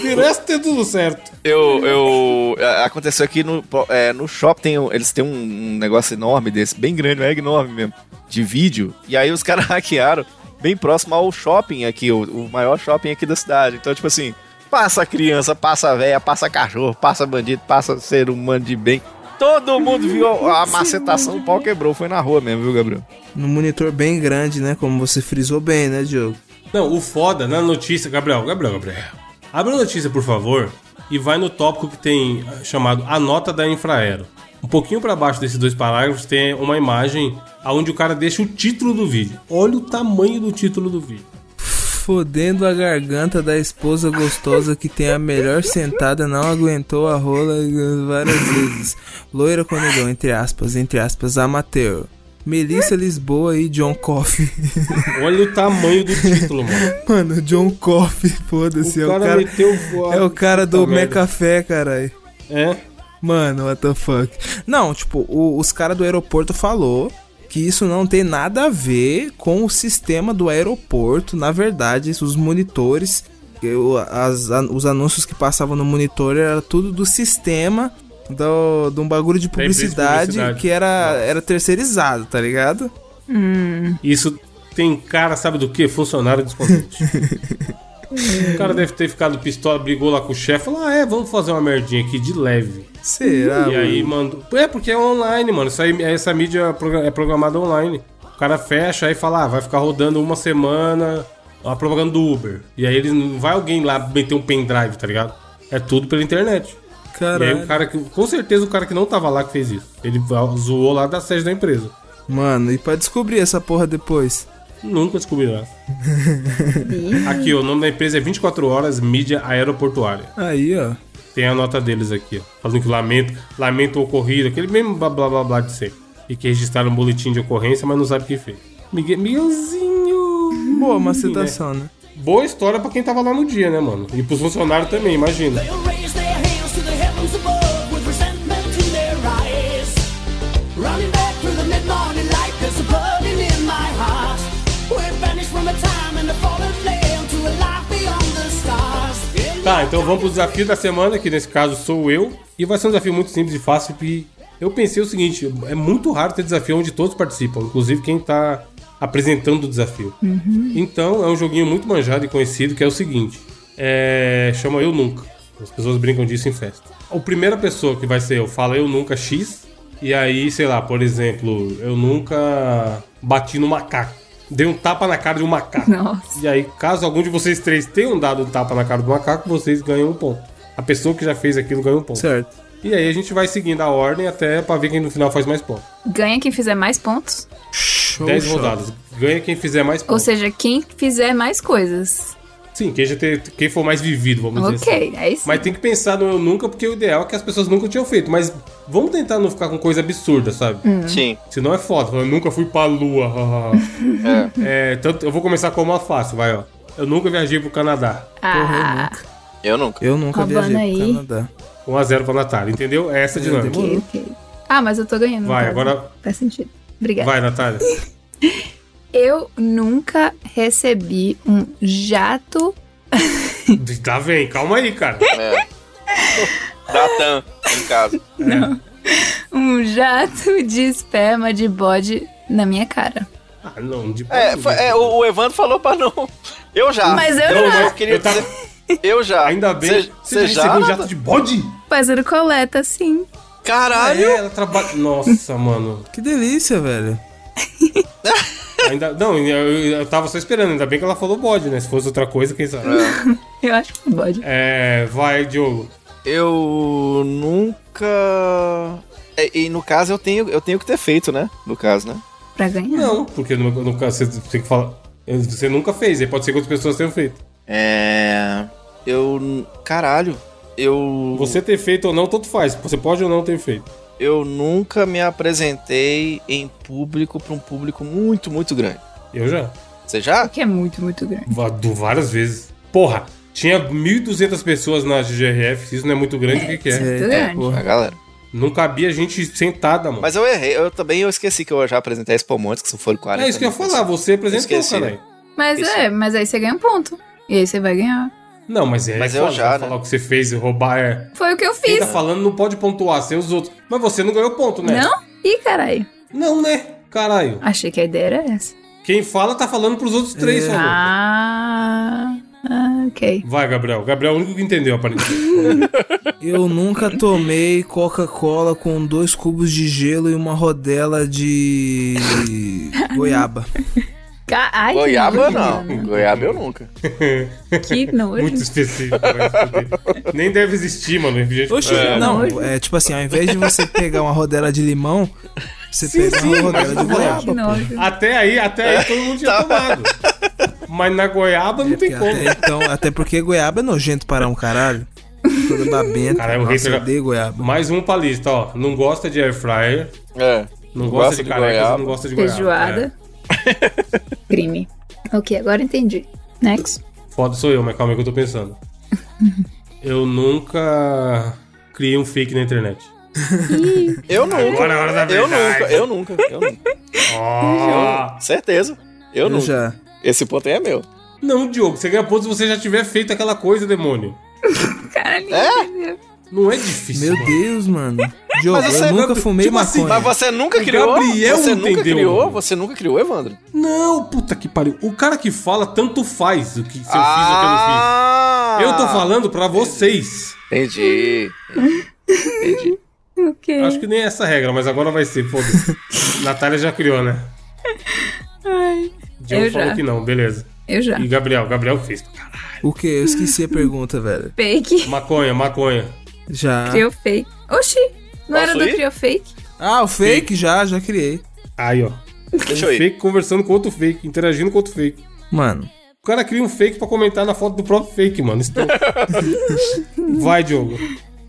S3: de resto tem tudo certo.
S5: Eu, eu. a- Aconteceu aqui no, é, no shopping, tem um- eles têm um, um negócio enorme desse, bem grande, é enorme mesmo, de vídeo. E aí os caras hackearam bem próximo ao shopping aqui, o, o maior shopping aqui da cidade. Então, tipo assim, passa criança, passa véia, passa cachorro, passa bandido, passa ser humano de bem. Todo mundo viu a macetação, o pau quebrou, foi na rua mesmo, viu, Gabriel?
S6: Num monitor bem grande, né? Como você frisou bem, né, Diogo?
S3: Não, o foda na notícia, Gabriel, Gabriel, Gabriel. Abre a notícia, por favor, e vai no tópico que tem ah, chamado A Nota da Infraero. Um pouquinho pra baixo desses dois parágrafos tem uma imagem onde o cara deixa o título do vídeo. Olha o tamanho do título do vídeo.
S6: Fodendo a garganta da esposa gostosa que tem a melhor sentada, não aguentou a rola várias vezes. Loira Conegão, entre aspas, entre aspas, amateur. Melissa Lisboa e John Coffey.
S3: Olha o tamanho do título, mano.
S6: Mano, John Coffey, foda-se. É, o cara-
S3: meteu
S6: é o cara do
S3: Puta Tá merda.
S6: Mecafé, caralho.
S3: É.
S6: Mano, what the fuck. Não, tipo, o- os caras do aeroporto falou que isso não tem nada a ver com o sistema do aeroporto. Na verdade, isso, os monitores, eu- as- an- os anúncios que passavam no monitor era tudo do sistema do, de um bagulho de
S3: Lembra de
S6: publicidade,
S3: publicidade.
S6: que era, era terceirizado, tá ligado?
S3: Isso tem cara, sabe do quê? Funcionário descontente. o cara deve ter ficado pistola, brigou lá com o chefe, falou: ah, é, vamos fazer uma merdinha aqui de leve.
S6: Será?
S3: e aí mandou. É, porque é online, mano. Isso aí- essa mídia progra- é programada online. O cara fecha aí fala: ah, vai ficar rodando uma semana a propaganda do Uber. E aí ele não vai alguém lá meter um pendrive, tá ligado? É tudo pela internet. E aí
S6: Caralho.
S3: o cara que. Com certeza o cara que não tava lá que fez isso. Ele zoou lá da sede da empresa.
S6: Mano, e pra descobrir essa porra depois?
S3: Nunca descobri nada. aqui, ó, o nome da empresa é 24 Horas Mídia Aeroportuária.
S6: Aí, ó.
S3: Tem a nota deles aqui, ó. Falando que lamento, lamento o ocorrido, aquele mesmo blá blá blá blá de sempre. E que registraram um boletim de ocorrência, mas não sabe o que fez. Migue- Miguelzinho!
S6: Boa macetação, né?
S3: Boa história pra quem tava lá no dia, né, mano? E pros funcionários também, imagina.
S2: They'll raise their hands to the heavens above with resentment in their eyes. Running back through the mid-morning light, there's a burden in my heart. We're banished from a time in the fallen land to a life beyond the stars.
S3: Tá, então vamos pro desafio da semana, que nesse caso sou eu. E vai ser um desafio muito simples e fácil, que eu pensei o seguinte, é muito raro ter desafio onde todos participam, inclusive quem tá apresentando o desafio. Então, é um joguinho muito manjado e conhecido, que é o seguinte, é, chama Eu Nunca. As pessoas brincam disso em festa. A primeira pessoa que vai ser eu fala Eu Nunca X, e aí, sei lá, por exemplo, eu nunca bati no macaco. Dei um tapa na cara de um macaco.
S4: Nossa.
S3: E aí, caso algum de vocês três tenham dado um tapa na cara do macaco, vocês ganham um ponto. A pessoa que já fez aquilo ganha um ponto.
S6: Certo.
S3: E aí a gente vai seguindo a ordem até pra ver quem no final faz mais pontos.
S4: Ganha quem fizer mais pontos.
S6: Show,
S3: 10
S6: show.
S3: rodadas. Ganha quem fizer mais
S4: Ou
S3: pontos.
S4: seja, quem fizer mais coisas.
S3: Sim, quem, já ter, quem for mais vivido, vamos dizer assim.
S4: ok, é isso.
S3: Mas tem que pensar no eu nunca, porque o ideal é que as pessoas nunca tinham feito. Mas vamos tentar não ficar com coisa absurda, sabe?
S4: Hum.
S5: Sim.
S3: Senão é foda. Eu nunca fui pra lua. hahaha.
S5: É.
S3: é, tanto, eu vou começar com uma fácil, vai, ó. Eu nunca viajei pro Canadá. né?
S4: Ah,
S5: Eu nunca.
S6: Eu nunca
S4: Roubando
S6: viajei pro
S4: aí.
S6: Canadá.
S3: 1x0 pra Natália, entendeu? É essa a dinâmica.
S4: ok, ok. Ah, mas eu tô ganhando. no
S3: Vai,
S4: caso.
S3: agora-
S4: Faz sentido. Obrigada.
S3: Vai, Natália.
S4: Eu nunca recebi um jato
S3: Tá bem, calma aí, cara.
S5: Da TAM, em casa.
S4: um jato de esperma de bode na minha cara.
S3: Ah, não, de
S5: É, foi- é, o, o Evandro falou pra não. Eu já.
S4: Mas eu
S3: Não,
S4: não.
S3: mas-
S5: Eu queria
S3: Eu tava-
S5: dizer. Eu já.
S3: Ainda bem.
S5: Cê- Você já?
S3: recebeu um jato de bode?
S4: Fazendo coleta, sim.
S3: Ah,
S5: Caralho!
S3: é, ela trabalha. Nossa, mano.
S6: Que delícia, velho.
S3: Ainda... Não, eu, eu- eu tava só esperando. Ainda bem que ela falou bode, né? Se fosse outra coisa, quem sabe.
S4: Eu acho que um bode.
S3: É, vai, Diogo.
S5: Eu nunca. É, E, no caso eu tenho, eu tenho que ter feito, né? No caso, né?
S4: Pra ganhar.
S3: Não, porque no, no caso você tem que falar. Você nunca fez, aí pode ser que outras pessoas tenham feito.
S5: É. Eu. n- Caralho. Eu.
S3: Você ter feito ou não, tanto faz. Você pode ou não ter feito.
S5: Eu nunca me apresentei em público pra um público muito, muito grande.
S3: Eu já.
S5: Você já?
S4: Que é muito, muito grande.
S3: Va- do- Várias vezes. Porra, tinha 1.200 pessoas na GRF. Se isso não é muito grande, o que, que é?
S6: Eita,
S4: grande.
S5: A
S6: porra.
S5: Ah, galera.
S3: Não cabia gente sentada, mano.
S5: Mas eu errei. Eu também eu esqueci que eu já apresentei esse Pomontes, que são né? foram 40.
S3: é isso que eu ia
S5: mil
S3: falar, você apresentou,
S5: Esqueci. né?
S3: caralho.
S4: Mas
S5: Isso.
S4: é, mas aí você ganha um ponto. E aí você vai ganhar.
S3: Não, mas é.
S5: Mas eu
S3: foda
S5: já, né?
S3: Falar o que você fez e roubar é.
S4: Foi o que eu
S3: Quem tá
S4: fiz.
S3: falando não pode pontuar, sem os outros. Mas você não ganhou ponto, né?
S4: Não? Ih, caralho.
S3: Não, né? Caralho.
S4: Achei que a ideia era essa.
S3: Quem fala tá falando pros outros três,
S6: É.
S3: seu louco.
S4: Ah, ah, ok.
S3: Vai, Gabriel. Gabriel é o único que entendeu, aparentemente.
S6: Eu nunca tomei Coca-Cola com dois cubos de gelo e uma rodela de goiaba.
S4: Ca- Ai, que
S5: Goiaba
S4: nojo,
S5: não.
S4: mano.
S5: Goiaba eu nunca.
S4: Que nojo.
S3: Muito específico. vai se fuder. Nem deve existir, mano. refrigerante com
S6: Oxi,
S3: goiaba.
S6: não, é tipo assim, ao invés de você pegar uma rodela de limão, você
S3: Sim,
S6: pega
S3: sim,
S6: uma
S3: mas
S6: rodela de
S3: não é.
S6: goiaba.
S4: Que nojo.
S3: Até aí, até aí todo mundo tinha
S5: Tá.
S3: tomado. Mas na goiaba não tem
S6: Porque
S3: como.
S6: até, então, até porque goiaba é nojento para um caralho. Toda babenta.
S3: Caralho, eu
S6: Nossa, eu
S3: recebi-
S6: odeio goiaba.
S3: Mais um pra lista, ó. Não gosta de air fryer,
S5: É.
S3: não gosta de carecas, não gosta de goiaba. É.
S4: Feijoada. Crime. Ok, agora entendi. Next.
S3: Foda sou eu, mas calma aí que eu tô pensando. eu nunca criei um fake na internet.
S5: Eu nunca.
S3: Agora é a hora da
S5: eu
S3: verdade.
S5: nunca, eu nunca, eu nunca.
S3: Ah!
S5: Certeza. Eu,
S6: Eu,
S5: nunca.
S6: já.
S5: Esse ponto aí é meu.
S3: Não, Diogo, você ganha ponto se você já tiver feito aquela coisa, demônio.
S4: Caralho.
S5: É?
S3: Não é difícil.
S6: Meu
S3: mano.
S6: Deus, mano. Diogo,
S5: Mas você-
S6: eu nunca
S3: tipo
S6: fumei
S3: assim,
S6: maconha.
S5: Mas você nunca
S3: O
S5: criou?
S3: Gabriel
S5: você nunca
S3: entendeu,
S5: criou?
S3: mano.
S5: Você nunca criou, Evandro?
S3: Não, puta que pariu. O cara que fala tanto faz o que se eu fiz ou
S5: ah,
S3: que eu não fiz. Eu tô falando pra vocês.
S5: Entendi. Entendi.
S4: Ok.
S3: Acho que nem é essa a regra, mas agora vai ser, foda-se. Natália já criou, né?
S4: Ai,
S3: Diogo
S4: Eu
S3: falou
S4: já.
S3: que não, beleza.
S4: eu já.
S3: E Gabriel, Gabriel fez.
S6: O que? Eu esqueci a pergunta, velho.
S4: Fake.
S3: Maconha, maconha.
S6: Já.
S3: Ah.
S4: Criou fake. Oxi, não era
S5: Posso
S4: do
S5: ir?
S4: criou fake?
S6: Ah, o fake já, já criei.
S3: Aí, ó.
S5: Deixa eu ir.
S3: Fake conversando com outro fake, interagindo com outro fake.
S6: Mano,
S3: O cara cria um fake pra comentar na foto do próprio fake, mano. Isso não- Vai, Diogo.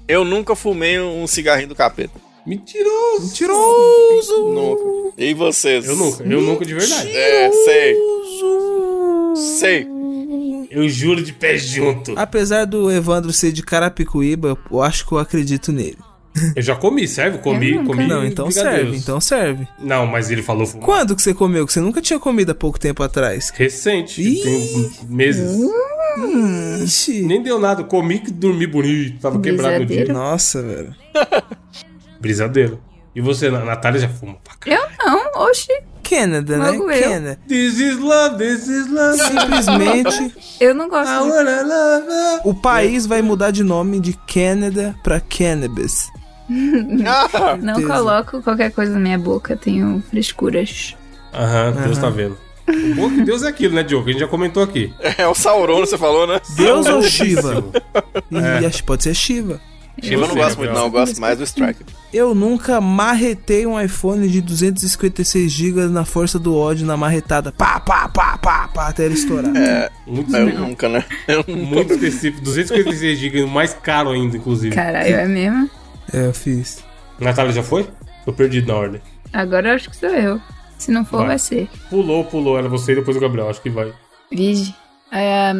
S5: Eu nunca fumei um cigarrinho do capeta.
S3: Mentiroso.
S5: Mentiroso! Nunca. E vocês?
S3: Eu nunca, eu nunca de verdade.
S5: É, sei. Sei.
S3: Eu juro de pé junto.
S6: apesar do Evandro ser de Carapicuíba, eu acho que eu acredito nele.
S3: Eu já comi, serve? Comi,
S4: Eu nunca.
S3: comi.
S6: Não, então
S3: brigadeiros.
S6: serve, então serve.
S3: Não, mas ele falou fumar.
S6: Quando que você comeu? Que você nunca tinha comido há pouco tempo atrás.
S3: Recente,
S6: Ih.
S3: tem meses.
S4: Hum.
S6: Ixi.
S3: Nem deu nada, comi que dormi bonito, tava quebrado no dia.
S4: Brisadeiro.
S6: Nossa, velho.
S3: Brisadeiro. E você, Na- Natália, já fuma pra cá.
S4: Eu não, oxi.
S6: Canada, né?
S4: Logo eu.
S6: Canada.
S3: This is love, this is love.
S6: Simplesmente
S4: Eu não gosto.
S5: Ah,
S3: I
S4: disso.
S3: wanna love you.
S6: o país vai mudar de nome de Canada pra Cannabis.
S5: Ah,
S4: Não coloco qualquer coisa na minha boca, tenho frescuras.
S3: Aham, Deus tá vendo. O bom que Deus é aquilo, né, Diogo? A gente já comentou aqui.
S5: é o Sauron, você falou, né?
S6: Deus ou Shiva? Ih, acho que pode ser Shiva.
S5: Shiva eu não
S3: Você,
S5: gosto muito,
S3: Gabriel.
S5: não. Eu gosto mais do Strike.
S6: Eu nunca marretei um iPhone de 256 GB na força do ódio, na marretada. Pá, pá, pá, pá, pá, até ele estourar.
S3: Muito,
S5: Eu
S3: espe-
S5: nunca, né? Eu nunca.
S3: muito específico. 256 GB, o mais caro ainda, inclusive.
S4: Caralho, é mesmo?
S6: É, eu fiz.
S3: Natália já foi? Tô perdido na ordem.
S4: Agora eu acho que sou eu. Se não for,
S3: Vai.
S4: vai, ser.
S3: Pulou, pulou. Era você e depois o Gabriel. Acho que vai.
S4: Vige. Ah,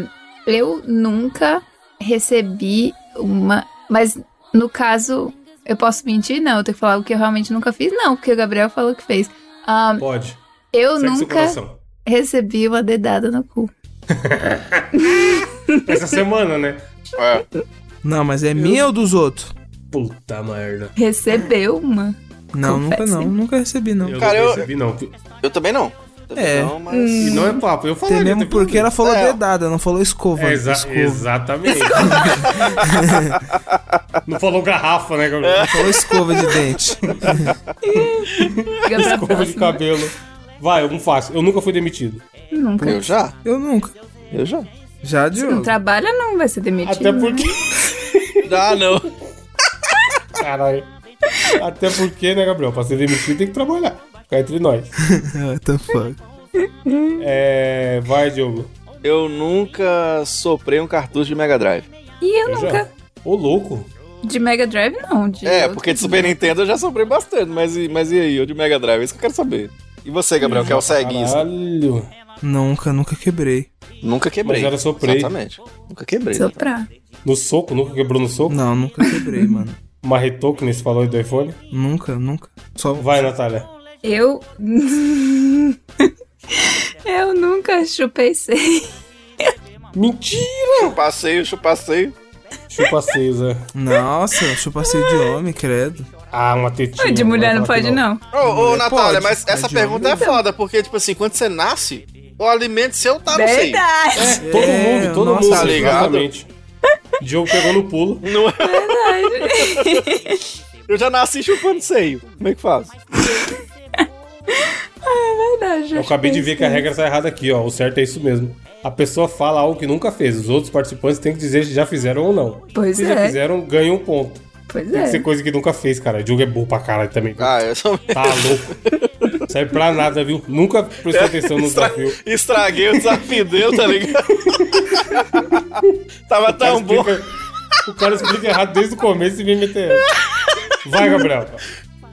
S4: eu nunca recebi uma. Mas no caso, eu posso mentir? Não, eu tenho que falar o que eu realmente nunca fiz? Não, porque o Gabriel falou que fez. Ah,
S3: Pode.
S4: eu
S3: Segue seu
S4: nunca
S3: coração.
S4: recebi uma dedada no cu.
S3: Essa semana, né?
S5: É.
S6: Não, mas é minha ou dos outros?
S3: Puta merda.
S4: Recebeu uma?
S6: Não,
S4: Confesse.
S6: nunca não. Nunca recebi, não.
S3: Eu
S5: Cara,
S3: não
S5: eu-
S3: recebi, não.
S5: Eu também não. Também
S6: É.
S5: Não, mas...
S3: E não é papo. Eu falei.
S6: Até mesmo porque ela falou
S5: É.
S6: dedada, não falou escova.
S3: É, exa-
S6: escova.
S3: exatamente. não falou garrafa, né, Gabriel?
S6: Falou escova de dente.
S4: Fica pra
S3: Escova de
S4: próxima.
S3: cabelo. Vai, um fácil. Eu nunca fui demitido. Hum.
S4: Nunca.
S5: Eu já?
S6: Eu nunca.
S5: Eu já.
S6: Já de
S4: Se não trabalha, não vai ser demitido.
S3: Até
S4: né?
S3: porque.
S5: Ah, não.
S3: Caralho. Até porque, né, Gabriel? Pra ser demitido tem que trabalhar. Ficar entre nós.
S6: What the fuck?
S3: É. Vai, Diogo.
S5: Eu nunca soprei um cartucho de Mega Drive.
S4: E eu,
S3: Eu já.
S4: nunca.
S3: Ô, louco.
S4: De Mega Drive, não. De
S5: É,
S4: outro.
S5: porque de Super Nintendo eu já soprei bastante, mas, e- mas e aí? Eu de Mega Drive, é isso que eu quero saber. E você, Gabriel, que é o ceguista?
S3: Caralho.
S6: Nunca, nunca quebrei.
S5: Nunca quebrei.
S3: Mas era soprei.
S5: Exatamente. Nunca quebrei.
S4: Soprar.
S3: No soco, nunca quebrou no soco?
S6: Não, nunca quebrei, mano.
S3: Marretou, que nem se falou aí do iPhone?
S6: Nunca, nunca. Só
S3: Vai, Natália.
S4: Eu. eu nunca chupei seio.
S3: Mentira!
S5: Chupaceio, chupaceio.
S3: Chupa seis, é.
S6: Nossa, eu acho passei de homem, credo.
S3: Ah, uma tetinha.
S4: De mulher não
S3: Vai falar que
S4: pode, não.
S5: Ô, ô,
S6: Mulher
S5: Natália,
S6: pode,
S5: mas
S6: mas
S5: essa
S6: de
S5: pergunta é
S6: homem
S5: foda, porque, tipo assim, quando você nasce, o alimento seu tá no seio.
S4: Verdade.
S3: Todo
S6: É,
S3: mundo, todo
S6: nossa,
S3: mundo.
S5: tá ligado?
S3: exatamente. Diogo pegou no pulo.
S5: Não é Eu já nasci chupando seio. Como é que faz?
S4: Verdade. é
S3: Eu acabei de ver que a regra tá errada aqui, ó. O certo é isso mesmo. A pessoa fala algo que nunca fez. Os outros participantes têm que dizer se já fizeram ou não.
S4: Pois
S3: se
S4: é.
S3: já fizeram, ganha um ponto.
S4: Pois
S3: Tem que ser
S4: é.
S3: coisa que nunca fez, cara. Diogo é burro pra caralho também.
S5: Ah, eu sou...
S3: Tá louco. Serve pra nada, viu? Nunca prestou atenção no
S5: Estra-
S3: desafio.
S5: Estraguei o desafio dele, tá ligado? Tava
S3: O cara
S5: tão tá um bom.
S3: explica- O cara explica errado desde o começo e vem meter. essa. Vai, Gabriel.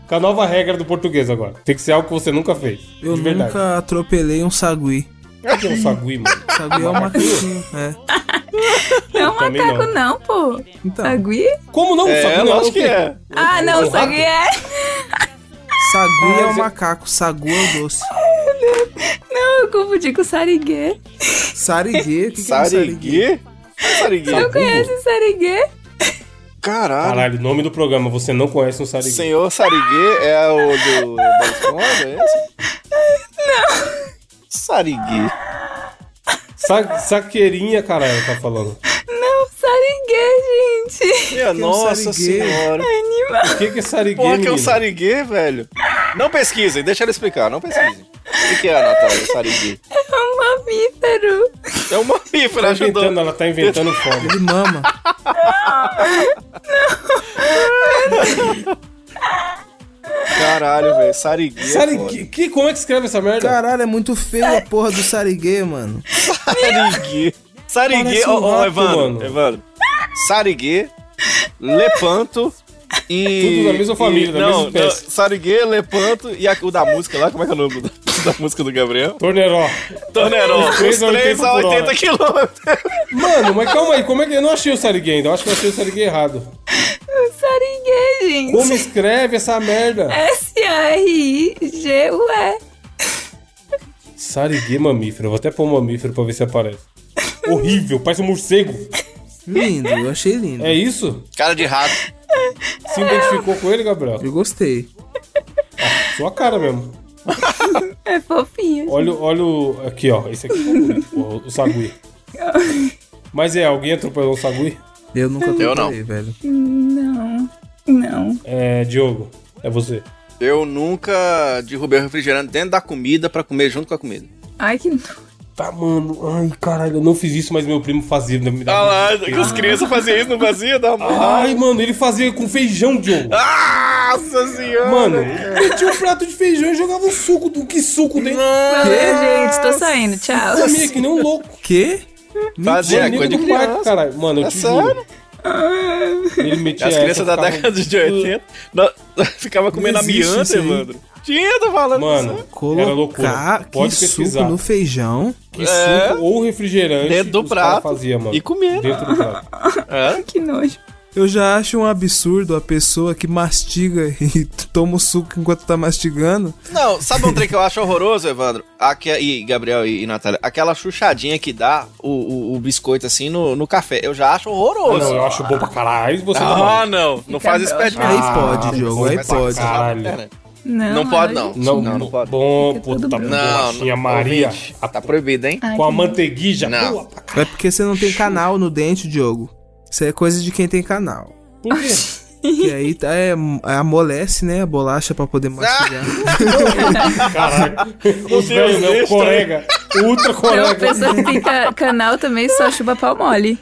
S3: Com a nova regra do português agora. Tem que ser algo que você nunca fez.
S6: Eu
S3: de verdade.
S6: nunca atropelei um sagui.
S3: O que é um sagui, mano?
S6: Sagui é um macaquinho, é.
S4: Não é um
S3: também
S4: macaco, não, pô.
S6: Então,
S4: Sagui?
S3: Como não?
S5: É,
S3: sagui
S5: eu
S3: não
S5: acho
S3: o
S5: que
S3: quê?
S5: é.
S4: Ah, não,
S3: um rato?
S4: sagui é.
S6: sagui é
S3: Ah,
S6: um
S3: você-
S6: macaco, sagu é o doce.
S4: Não, eu confundi com sariguê.
S6: Sariguê, o que, que é um sariguê?
S5: Sarigui? Sarigui.
S4: Conhece sariguê?
S5: Caralho.
S3: Caralho, o nome do programa, você não conhece um Sarigui.
S5: Senhor Sariguê é o do Bob Esponja, é esse? Não. Sariguê.
S3: Sa saqueirinha, caralho, tá falando.
S4: Não, sariguê, gente.
S5: Minha nossa
S6: Sariguê.
S5: senhora.
S4: Animal.
S3: O que, que é Sarigui,
S5: Porra, que é um
S3: menino?
S5: Sariguê, velho. Não pesquisem, deixa ela explicar, não pesquisem. O que, que é, Natália, Sariguê?
S4: É um mamífero.
S5: É um mamífero,
S3: Tá
S5: ajudou.
S3: inventando, ela tá inventando fome.
S6: Ele mama.
S5: Caralho, velho, Sariguê. é foda.
S3: Sarigui, que, como é que escreve essa merda?
S6: Caralho, é muito feio a porra do Sariguê, mano.
S5: Sariguê. Sariguê,
S3: Parece um
S5: ó, ó,
S3: rato,
S5: Evandro,
S3: mano.
S5: Evandro. Sariguê, Lepanto e...
S3: Tudo da mesma família,
S5: e,
S3: da
S5: não,
S3: mesma espécie.
S5: não, Sariguê, Lepanto e a- o da música lá, como é que é o nome do- da música do Gabriel?
S3: Torneró.
S5: Tonerol, os
S3: três a
S5: 3 a
S3: 80
S5: 80 quilômetros.
S3: Mano, mas calma aí, como é que. Eu não achei o Sarigui ainda, eu acho que eu achei o Sarigui errado.
S4: Um sariguê, gente.
S3: Como escreve essa merda?
S4: S-A-R-I-G-U-E.
S3: Sarigui mamífero, eu vou até pôr um mamífero pra ver se aparece. Horrível, parece um morcego.
S6: Lindo, eu achei lindo.
S3: É isso?
S5: Cara de rato.
S3: Se identificou com ele, Gabriel?
S6: Eu gostei.
S3: Sua cara mesmo.
S4: É fofinho.
S3: Olha, o- olha o. Aqui, ó. Esse aqui foi bonito, pô, o sagui. Mas é, alguém atropelou o sagui?
S6: Eu nunca
S5: Eu não.
S6: comprei, velho.
S4: Não. Não.
S3: É, Diogo, é você.
S5: Eu nunca derrubei o refrigerante dentro da comida pra comer junto com a comida.
S4: Ai, que.
S3: Tá, mano. Ai, caralho, eu não fiz isso, mas meu primo fazia. Me dava um desespero.
S5: crianças faziam isso no Brasil, dá uma...
S3: Ai, mano, ele fazia com feijão, Diogo.
S5: Nossa senhora!
S3: Mano, metia um prato de feijão e jogava um suco do que suco dentro.
S4: Valeu, gente. Tô saindo. Tchau.
S3: Comia que nem um louco.
S6: Que?
S5: Fazia
S3: Amigo
S5: coisa de
S3: do
S5: criança.
S3: quarto, caralho. Mano, eu
S5: É
S3: te
S5: sério? Ah.
S3: juro. Ele metia
S5: As crianças
S3: essa,
S5: da
S3: ficava-
S5: década de 80 no- ficava comendo a
S6: existe isso
S5: mianda,
S6: aí.
S5: Evandro. Tinha, tô falando.
S3: Mano, era loucura.
S6: Colocar que
S3: Pode pesquisar.
S6: suco no feijão.
S3: Que suco ou refrigerante
S5: É? Dentro do
S3: os caras
S5: prato
S3: fazia, mano.
S5: e comendo.
S3: Dentro do prato.
S5: É?
S4: Que nojo.
S6: Eu já acho um absurdo a pessoa que mastiga e toma o suco enquanto tá mastigando.
S5: Não, sabe um trem que eu acho horroroso, Evandro? Aqui, e Gabriel e, e Natália, aquela chuchadinha que dá o, o- o biscoito assim no, no café. Eu já acho
S3: Ah,
S5: horroroso.
S3: não, eu acho bom pra caralho. Você tá
S5: Ah,
S3: maluco.
S5: não. Não, faz isso perto de
S6: Aí
S5: mim.
S6: pode, Diogo, aí
S5: Vai pra
S6: pode.
S3: caralho.
S4: Não,
S5: Não pode, não.
S4: olha,
S3: Não,
S5: Não, não pode.
S3: Bom,
S4: Fica
S3: puta,
S4: tudo
S3: tá
S4: branco.
S5: Não,
S3: bolachinha
S5: não,
S3: Maria.
S5: ouvinte,
S3: a-
S5: tá proibido, hein?
S4: Ai,
S3: com a
S4: que
S3: manteiguinha.
S5: Não.
S3: Boa pra caralho.
S6: É porque você não tem canal no dente, Diogo. Isso é coisa de quem tem canal.
S3: Por quê?
S6: E aí tá, é, amolece, né, a bolacha pra poder mastigar.
S3: Caralho. é O
S5: Deus,
S3: velho, meu
S5: extra.
S3: colega. Ultra
S4: Então, a
S3: colega.
S4: pessoa que tem ca- canal também só chupa pau mole.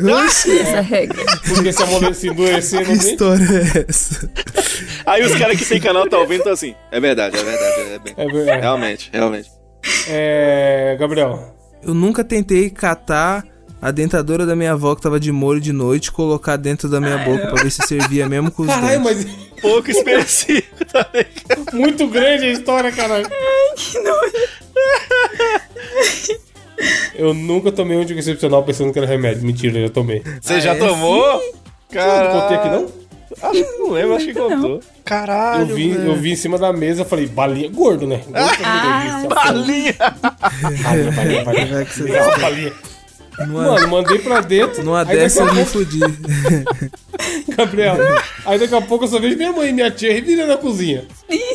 S6: Oxi,
S4: Essa regra.
S3: Porque se amolecer, endurecer, assim,
S6: que
S3: não tem.
S6: história é essa?
S5: Aí os caras que tem canal tá ouvindo, tão assim. É verdade, é verdade. É bem.
S3: É, verdade.
S5: Realmente, realmente.
S3: é, Gabriel.
S6: Eu nunca tentei catar a dentadura da minha avó que tava de molho de noite e colocar dentro da minha boca pra ver se servia mesmo com os
S3: Ah, é. Caralho,
S6: dentes.
S3: mas
S5: Pouco específico também.
S3: muito grande a história, caralho.
S4: Que nojo.
S3: Eu nunca tomei um anticoncepcional pensando que era remédio. Mentira, eu já tomei.
S5: Você já
S6: é?
S5: tomou?
S3: Eu
S5: Cara,
S3: não contei aqui, não?
S5: Acho que não lembro, acho que contou. Caralho,
S3: Eu vi, eu vi em cima da mesa, falei, balinha, gordo, né? Gordo, ah,
S5: Balinha!
S3: balinha, balinha, balinha.
S6: Vai que você- tá-
S3: Pegava a balinha.
S6: Numa,
S3: Mano, mandei pra dentro.
S6: numa
S3: aí
S6: dessa eu
S3: daqui
S6: me
S3: a pouco,
S6: fudi.
S3: Gabriel, aí daqui a pouco eu só vejo minha mãe e minha tia revirando na cozinha.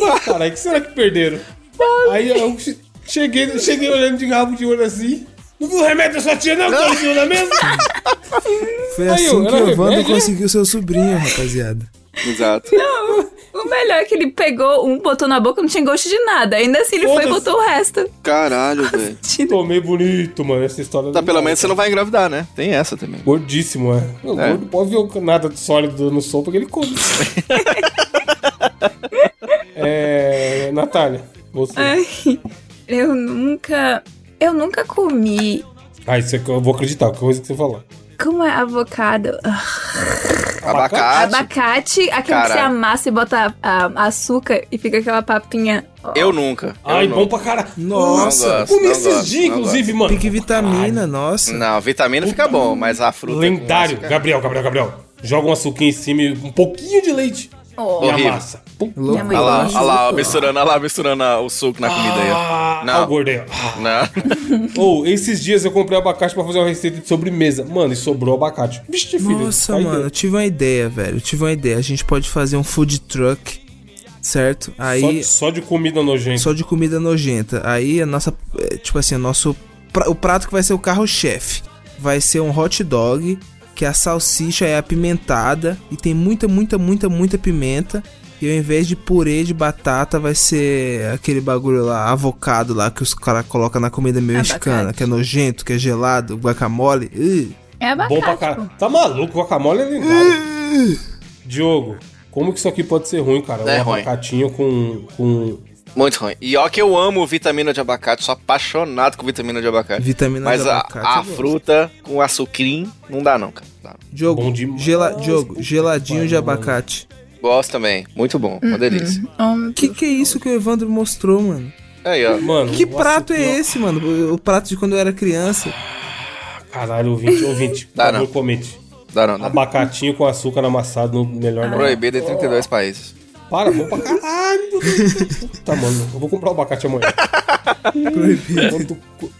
S3: Ah, Caralho, o que será que perderam? Aí eu che- cheguei, cheguei olhando de rabo de olho assim. Não viu o remédio da sua tia, não? Que ela viu na mesa?
S6: Foi
S3: Aí,
S6: assim
S3: era
S6: que o Evandro
S3: remédio, né?
S6: conseguiu seu sobrinho, rapaziada.
S5: Exato.
S4: O melhor é que ele pegou um, botou na boca, não tinha gosto de nada. Ainda assim, ele foi e
S3: Foda-se.
S4: botou o resto.
S5: Caralho, velho.
S4: Tira.
S3: Tomei bonito, mano, essa história.
S5: Tá,
S3: do-
S5: pelo menos você não vai engravidar, né? Tem essa também.
S3: Gordíssimo, é. O
S5: É.
S3: gordo pode ver nada de sólido no sopa que ele come. é. Natália, você.
S4: Ai, eu nunca. Eu nunca comi.
S3: Ah, isso aqui eu vou acreditar, que coisa que você falar.
S4: Como é avocado? Ah,
S5: Abacate.
S4: Abacate, aquele que você
S5: Caralho.
S4: amassa e bota ah, açúcar e fica aquela papinha. ó.
S5: Eu nunca. eu
S3: Ai, bom
S5: nunca.
S3: pra caralho.
S6: Nossa,
S5: Não gosto,
S3: Comi
S5: não
S3: esses
S5: gosto,
S3: dias,
S5: não
S3: inclusive, mano.
S6: Pique vitamina, nossa.
S5: Não, vitamina fica bom, mas a fruta. é
S3: Lendário. Gabriel, Gabriel, Gabriel. Joga um açuquinho em cima e um pouquinho de leite.
S4: Ó.
S3: E
S5: Horrível.
S3: amassa.
S4: Minha mãe
S5: Olha lá,
S4: gosta.
S5: olha lá, ó, misturando, olha lá, misturando ah, o suco na comida aí. ó.
S3: Ah,
S5: Não.
S3: ó o gordo aí, ó.
S5: Não.
S3: Ou, esses dias eu comprei abacate pra fazer uma receita de sobremesa. Mano, e sobrou abacate. Vixe, filho.
S6: Nossa,
S3: vai
S6: mano, eu
S3: dentro.
S6: tive uma ideia, velho. Eu tive uma ideia. A gente pode fazer um food truck, certo? Aí
S3: Só,
S6: só,
S3: só de comida nojenta.
S6: de comida nojenta. Aí a nossa, eh, tipo assim, o nosso pra- o prato que vai ser o carro-chefe vai ser um hot dog que a salsicha é apimentada e tem muita, muita, muita, muita pimenta. E ao invés de purê de batata, vai ser aquele bagulho lá, avocado lá, que os caras colocam na comida mexicana,
S4: Abacate.
S6: que é nojento, que é gelado, guacamole. Ih.
S4: É
S3: Bom pra
S4: abacate.
S3: caralho.
S4: pô.
S3: Tá maluco, guacamole é lendário. Diogo, como que isso aqui pode ser ruim, cara?
S5: É
S3: um
S5: ruim.
S3: abacatinho com, com
S5: Muito ruim. E ó que eu amo vitamina de abacate, sou apaixonado com vitamina de abacate.
S6: Vitamina
S5: Mas
S6: de
S5: a-
S6: abacate
S5: a,
S6: eu gosto.
S5: fruta com açucrinho não dá não, cara. Não.
S6: Diogo,
S3: Bom demais,
S6: gela-
S3: puta
S6: Diogo
S3: que
S6: geladinho
S3: pariu,
S6: de abacate.
S5: Gosto também, muito bom,
S6: Uhum.
S5: uma delícia.
S4: Oh, meu
S6: Que que é isso que o Evandro mostrou, mano?
S5: Aí, ó.
S3: Mano,
S6: Que
S3: o
S6: prato é
S3: açucrinho-
S6: esse, mano? O- O prato de quando eu era criança.
S3: Caralho, ouvinte, ouvinte. Por
S5: Dá
S3: favor,
S5: não.
S3: comente.
S5: Dá não,
S3: Tá
S5: dá. não.
S3: Abacatinho com açúcar amassado no
S6: Ah,
S3: melhor não.
S5: Proibido em 32 países.
S3: Para, bom pra caralho. Puta, Tá, mano. Eu vou comprar o abacate amanhã. Quanto, cu-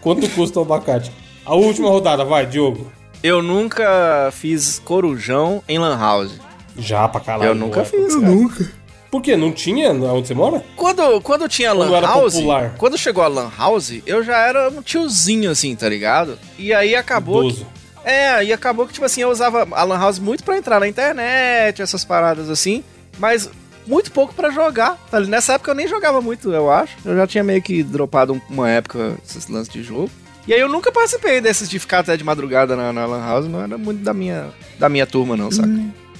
S3: quanto custa o abacate? A última rodada, vai, Diogo.
S5: Eu nunca fiz corujão em lan house.
S3: Já pra caralho.
S5: eu nunca
S3: agora.
S5: fiz, cara.
S6: Nunca.
S3: Por quê? Não tinha onde você mora?
S5: Quando, quando tinha
S3: Quando
S5: Lan
S3: era
S5: House,
S3: popular.
S5: quando chegou a Lan House, eu já era um tiozinho, assim, tá ligado? E aí acabou. Que,
S3: Idoso.
S5: é, e acabou que, tipo assim, eu usava a Lan House muito pra entrar na internet, essas paradas assim, mas muito pouco pra jogar. Tá? ligado? Nessa época eu nem jogava muito, eu acho. Eu já tinha meio que dropado um- uma época esses lances de jogo. E aí eu nunca participei desses de ficar até de madrugada na, na Lan House, não era muito da minha, da minha turma, não, saca?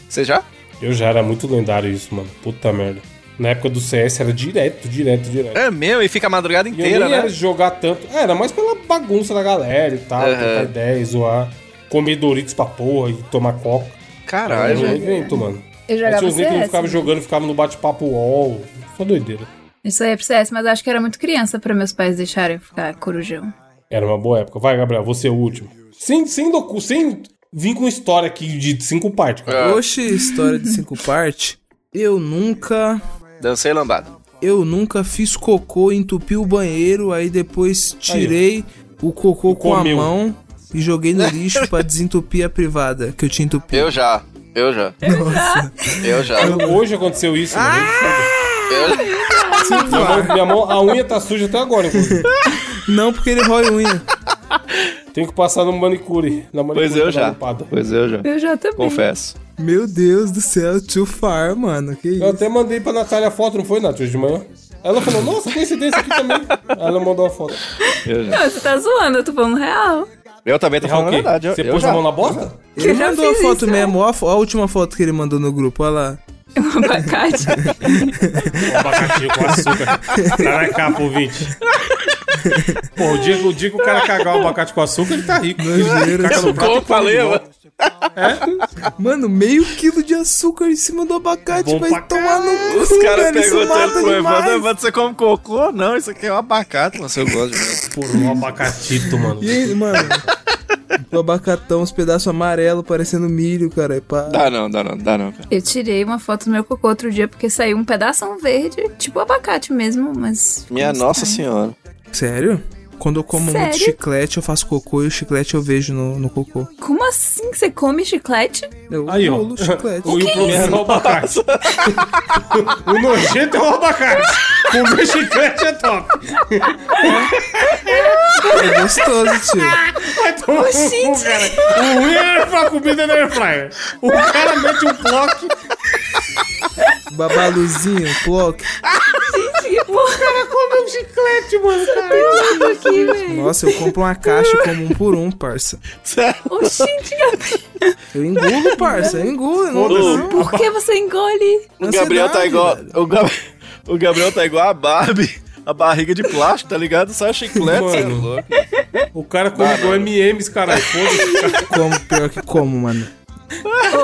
S5: Você já?
S3: Eu já era muito lendário isso, mano. Puta merda. Na época do CS era direto, direto, direto.
S5: É meu, e fica a madrugada
S3: E eu
S5: inteira,
S3: nem
S5: né?
S3: era de jogar tanto. É, era mais pela bagunça da galera e tal,
S5: Aham.
S3: trocar ideia, zoar. Comer Doritos pra porra e tomar coca.
S5: Caralho,
S3: era um
S5: velho.
S3: evento, mano.
S4: Eu
S3: Aí
S4: jogava
S3: tinha uns negros que
S4: CS.
S3: ficavam jogando, ficavam no bate-papo UOL. Só doideira.
S4: Isso aí é pro CS, mas eu acho que era muito criança pra meus pais deixarem eu ficar corujão.
S3: Era uma boa época. Vai, Gabriel, você é o último. Sem, sem, docu, sem vir com história aqui de cinco partes, cara.
S6: Oxe, história de cinco partes. Eu nunca.
S5: Dancei lambada.
S6: Eu nunca fiz cocô, entupi o banheiro, aí depois tirei o cocô com
S3: comeu.
S6: a mão e joguei no lixo pra desentupir a privada que eu tinha entupido.
S5: Eu já, eu já. Eu já. Eu
S3: Hoje aconteceu isso, mano.
S5: já.
S3: Minha mão, minha mão- a unha tá suja até agora, inclusive.
S6: Não, porque ele rói unha.
S3: Tenho que passar no manicure. Na manicure tá
S5: Pois eu
S3: da
S5: já.
S3: lampada.
S5: Pois eu já.
S4: Eu já também.
S5: Confesso.
S6: Meu Deus do céu, too far, mano. Que
S3: Eu
S6: isso?
S3: até mandei pra Natália a foto, não foi, Nath, hoje de manhã? Ela falou, nossa, coincidência aqui também. Ela mandou a foto.
S5: Eu já.
S4: Não, você tá zoando, eu tô falando real.
S5: Eu também tô
S3: Ah,
S5: falando
S3: o
S5: a
S3: quê?
S5: verdade. Eu,
S3: Você
S5: eu
S3: pôs
S5: já.
S3: a mão na bosta?
S6: Ele
S4: Eu já
S6: mandou a
S4: fiz
S6: foto
S4: isso,
S6: mesmo, ó a, fo- ó a última foto que ele mandou no grupo, olha lá.
S4: Um abacate.
S3: Um abacaxi com açúcar. Tá na capa, ouvinte. Pô, o dia, o dia que o cara cagar o abacate com açúcar, ele tá rico.
S6: Nojeira.
S3: Caga no prato e
S5: Como eu
S3: come
S5: falei,
S3: de volta.
S5: mano.
S6: Mano, meio quilo de açúcar em cima do abacate,
S3: Bom pra
S6: vai tomar no cu,
S5: Os caras
S6: velho, isso
S5: perguntando
S6: mata
S5: pro Evandro,
S6: demais.
S5: Evandro, você come cocô? Não, isso aqui é um abacate, mas eu gosto mesmo.
S3: Por um abacatito, mano.
S6: E aí, mano, o abacatão, os pedaços amarelos parecendo milho, cara, é pá.
S5: Dá não, dá não, dá não, cara.
S4: Eu tirei uma foto do meu cocô outro dia porque saiu um pedaço verde, tipo abacate mesmo, mas.
S5: Minha
S4: não
S5: nossa
S4: sai.
S5: senhora.
S6: Sério? Quando eu como muito
S4: Sério?
S6: chiclete, eu faço cocô e o chiclete eu vejo no, no cocô.
S4: Como assim que você come chiclete?
S6: Eu
S3: Aí, ó.
S6: pulo o chiclete.
S3: O improviso é o abacate. o nojento é o abacate. Comer chiclete é top.
S6: É gostoso, tio.
S3: Vai tomar no cu, cara. O ruim é pra comida na air fryer. O cara mete um bloco.
S6: Babaluzinho, plock.
S4: Que porra, cara come um chiclete, mano. Cara. Tem um aqui, velho.
S6: Nossa, eu compro uma caixa e como um por um, parça.
S4: Oxente, Gabriel,
S6: Eu engulo, parça, eu engulo. eu Não,
S5: Foda-se.
S6: não.
S4: por que você engole?
S5: O Gabriel tá
S6: Ansiedade,
S5: igual.
S6: velho.
S5: O, Gab- o Gabriel tá igual a Barbie. A barriga de plástico, tá ligado? Só chiclete.
S3: Mano.
S5: cê é louco.
S3: O cara comeu MMs, caralho. Foda-se, cara.
S6: Como, pior que como, mano.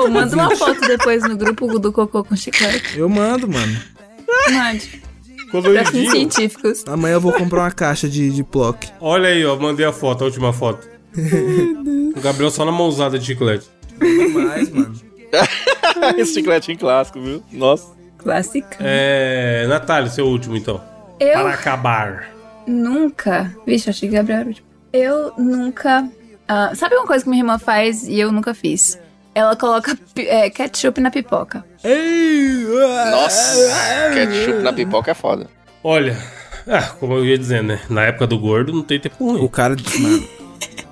S4: Ô, manda uma foto depois no grupo do cocô com chiclete.
S6: Eu mando, mano.
S4: Mande. Pra fins
S3: Coloridinho.
S4: científicos.
S6: Amanhã eu vou comprar uma caixa de, de plock.
S3: Olha aí, ó. Mandei a foto, a última foto. O Gabriel só na mãozada de chiclete.
S6: Demais, mano.
S5: Esse chicletinho clássico, viu? Nossa.
S4: Clássica.
S3: É. Natália, seu último então.
S4: Eu
S3: Para acabar.
S4: nunca. Vixe, achei que Gabriel era o último. Eu nunca. ah, sabe uma coisa que minha irmã faz e eu nunca fiz? Ela coloca pi- é, ketchup na pipoca.
S5: Nossa, ketchup na pipoca é foda.
S3: Olha. ah, como eu ia dizendo, né? Na época do gordo não tem tempo ruim.
S6: O cara. Mano,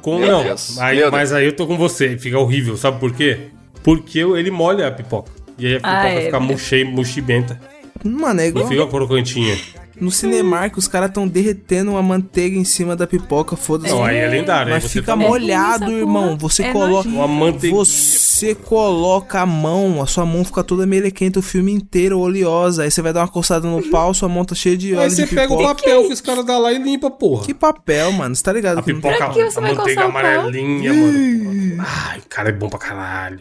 S3: Com,
S5: Meu
S3: não,
S5: Deus.
S3: aí-
S5: Meu Deus.
S3: mas aí eu tô com você, fica horrível, sabe por quê? Porque eu- ele molha a pipoca. E aí a pipoca
S4: Ah, é,
S3: fica
S4: é.
S3: murchei, murchibenta.
S6: mano é
S3: Não
S6: igual.
S3: fica crocantinha.
S6: No Cinemark, os caras tão derretendo uma manteiga em cima da pipoca, foda-se.
S3: Não, aí é lendário. aí
S6: Mas
S3: você
S6: fica
S3: tá
S6: molhado,
S4: Essa
S6: irmão.
S4: porra
S6: Você
S4: é
S6: coloca.
S3: Uma manteiga.
S6: Você coloca a mão, a sua mão fica toda melequenta o filme inteiro, oleosa. Aí você vai dar uma coçada no pau, sua mão tá cheia de óleo.
S3: Aí você
S6: de
S3: pega o
S6: pipoca.
S3: papel que os caras dão lá e limpa, porra.
S6: Que papel, mano? Você tá ligado?
S3: A
S6: que não
S3: pipoca,
S4: Pra que você
S3: a
S4: vai
S3: manteiga
S4: coçar o pau?
S3: amarelinha, mano. Ai, cara, é bom pra caralho.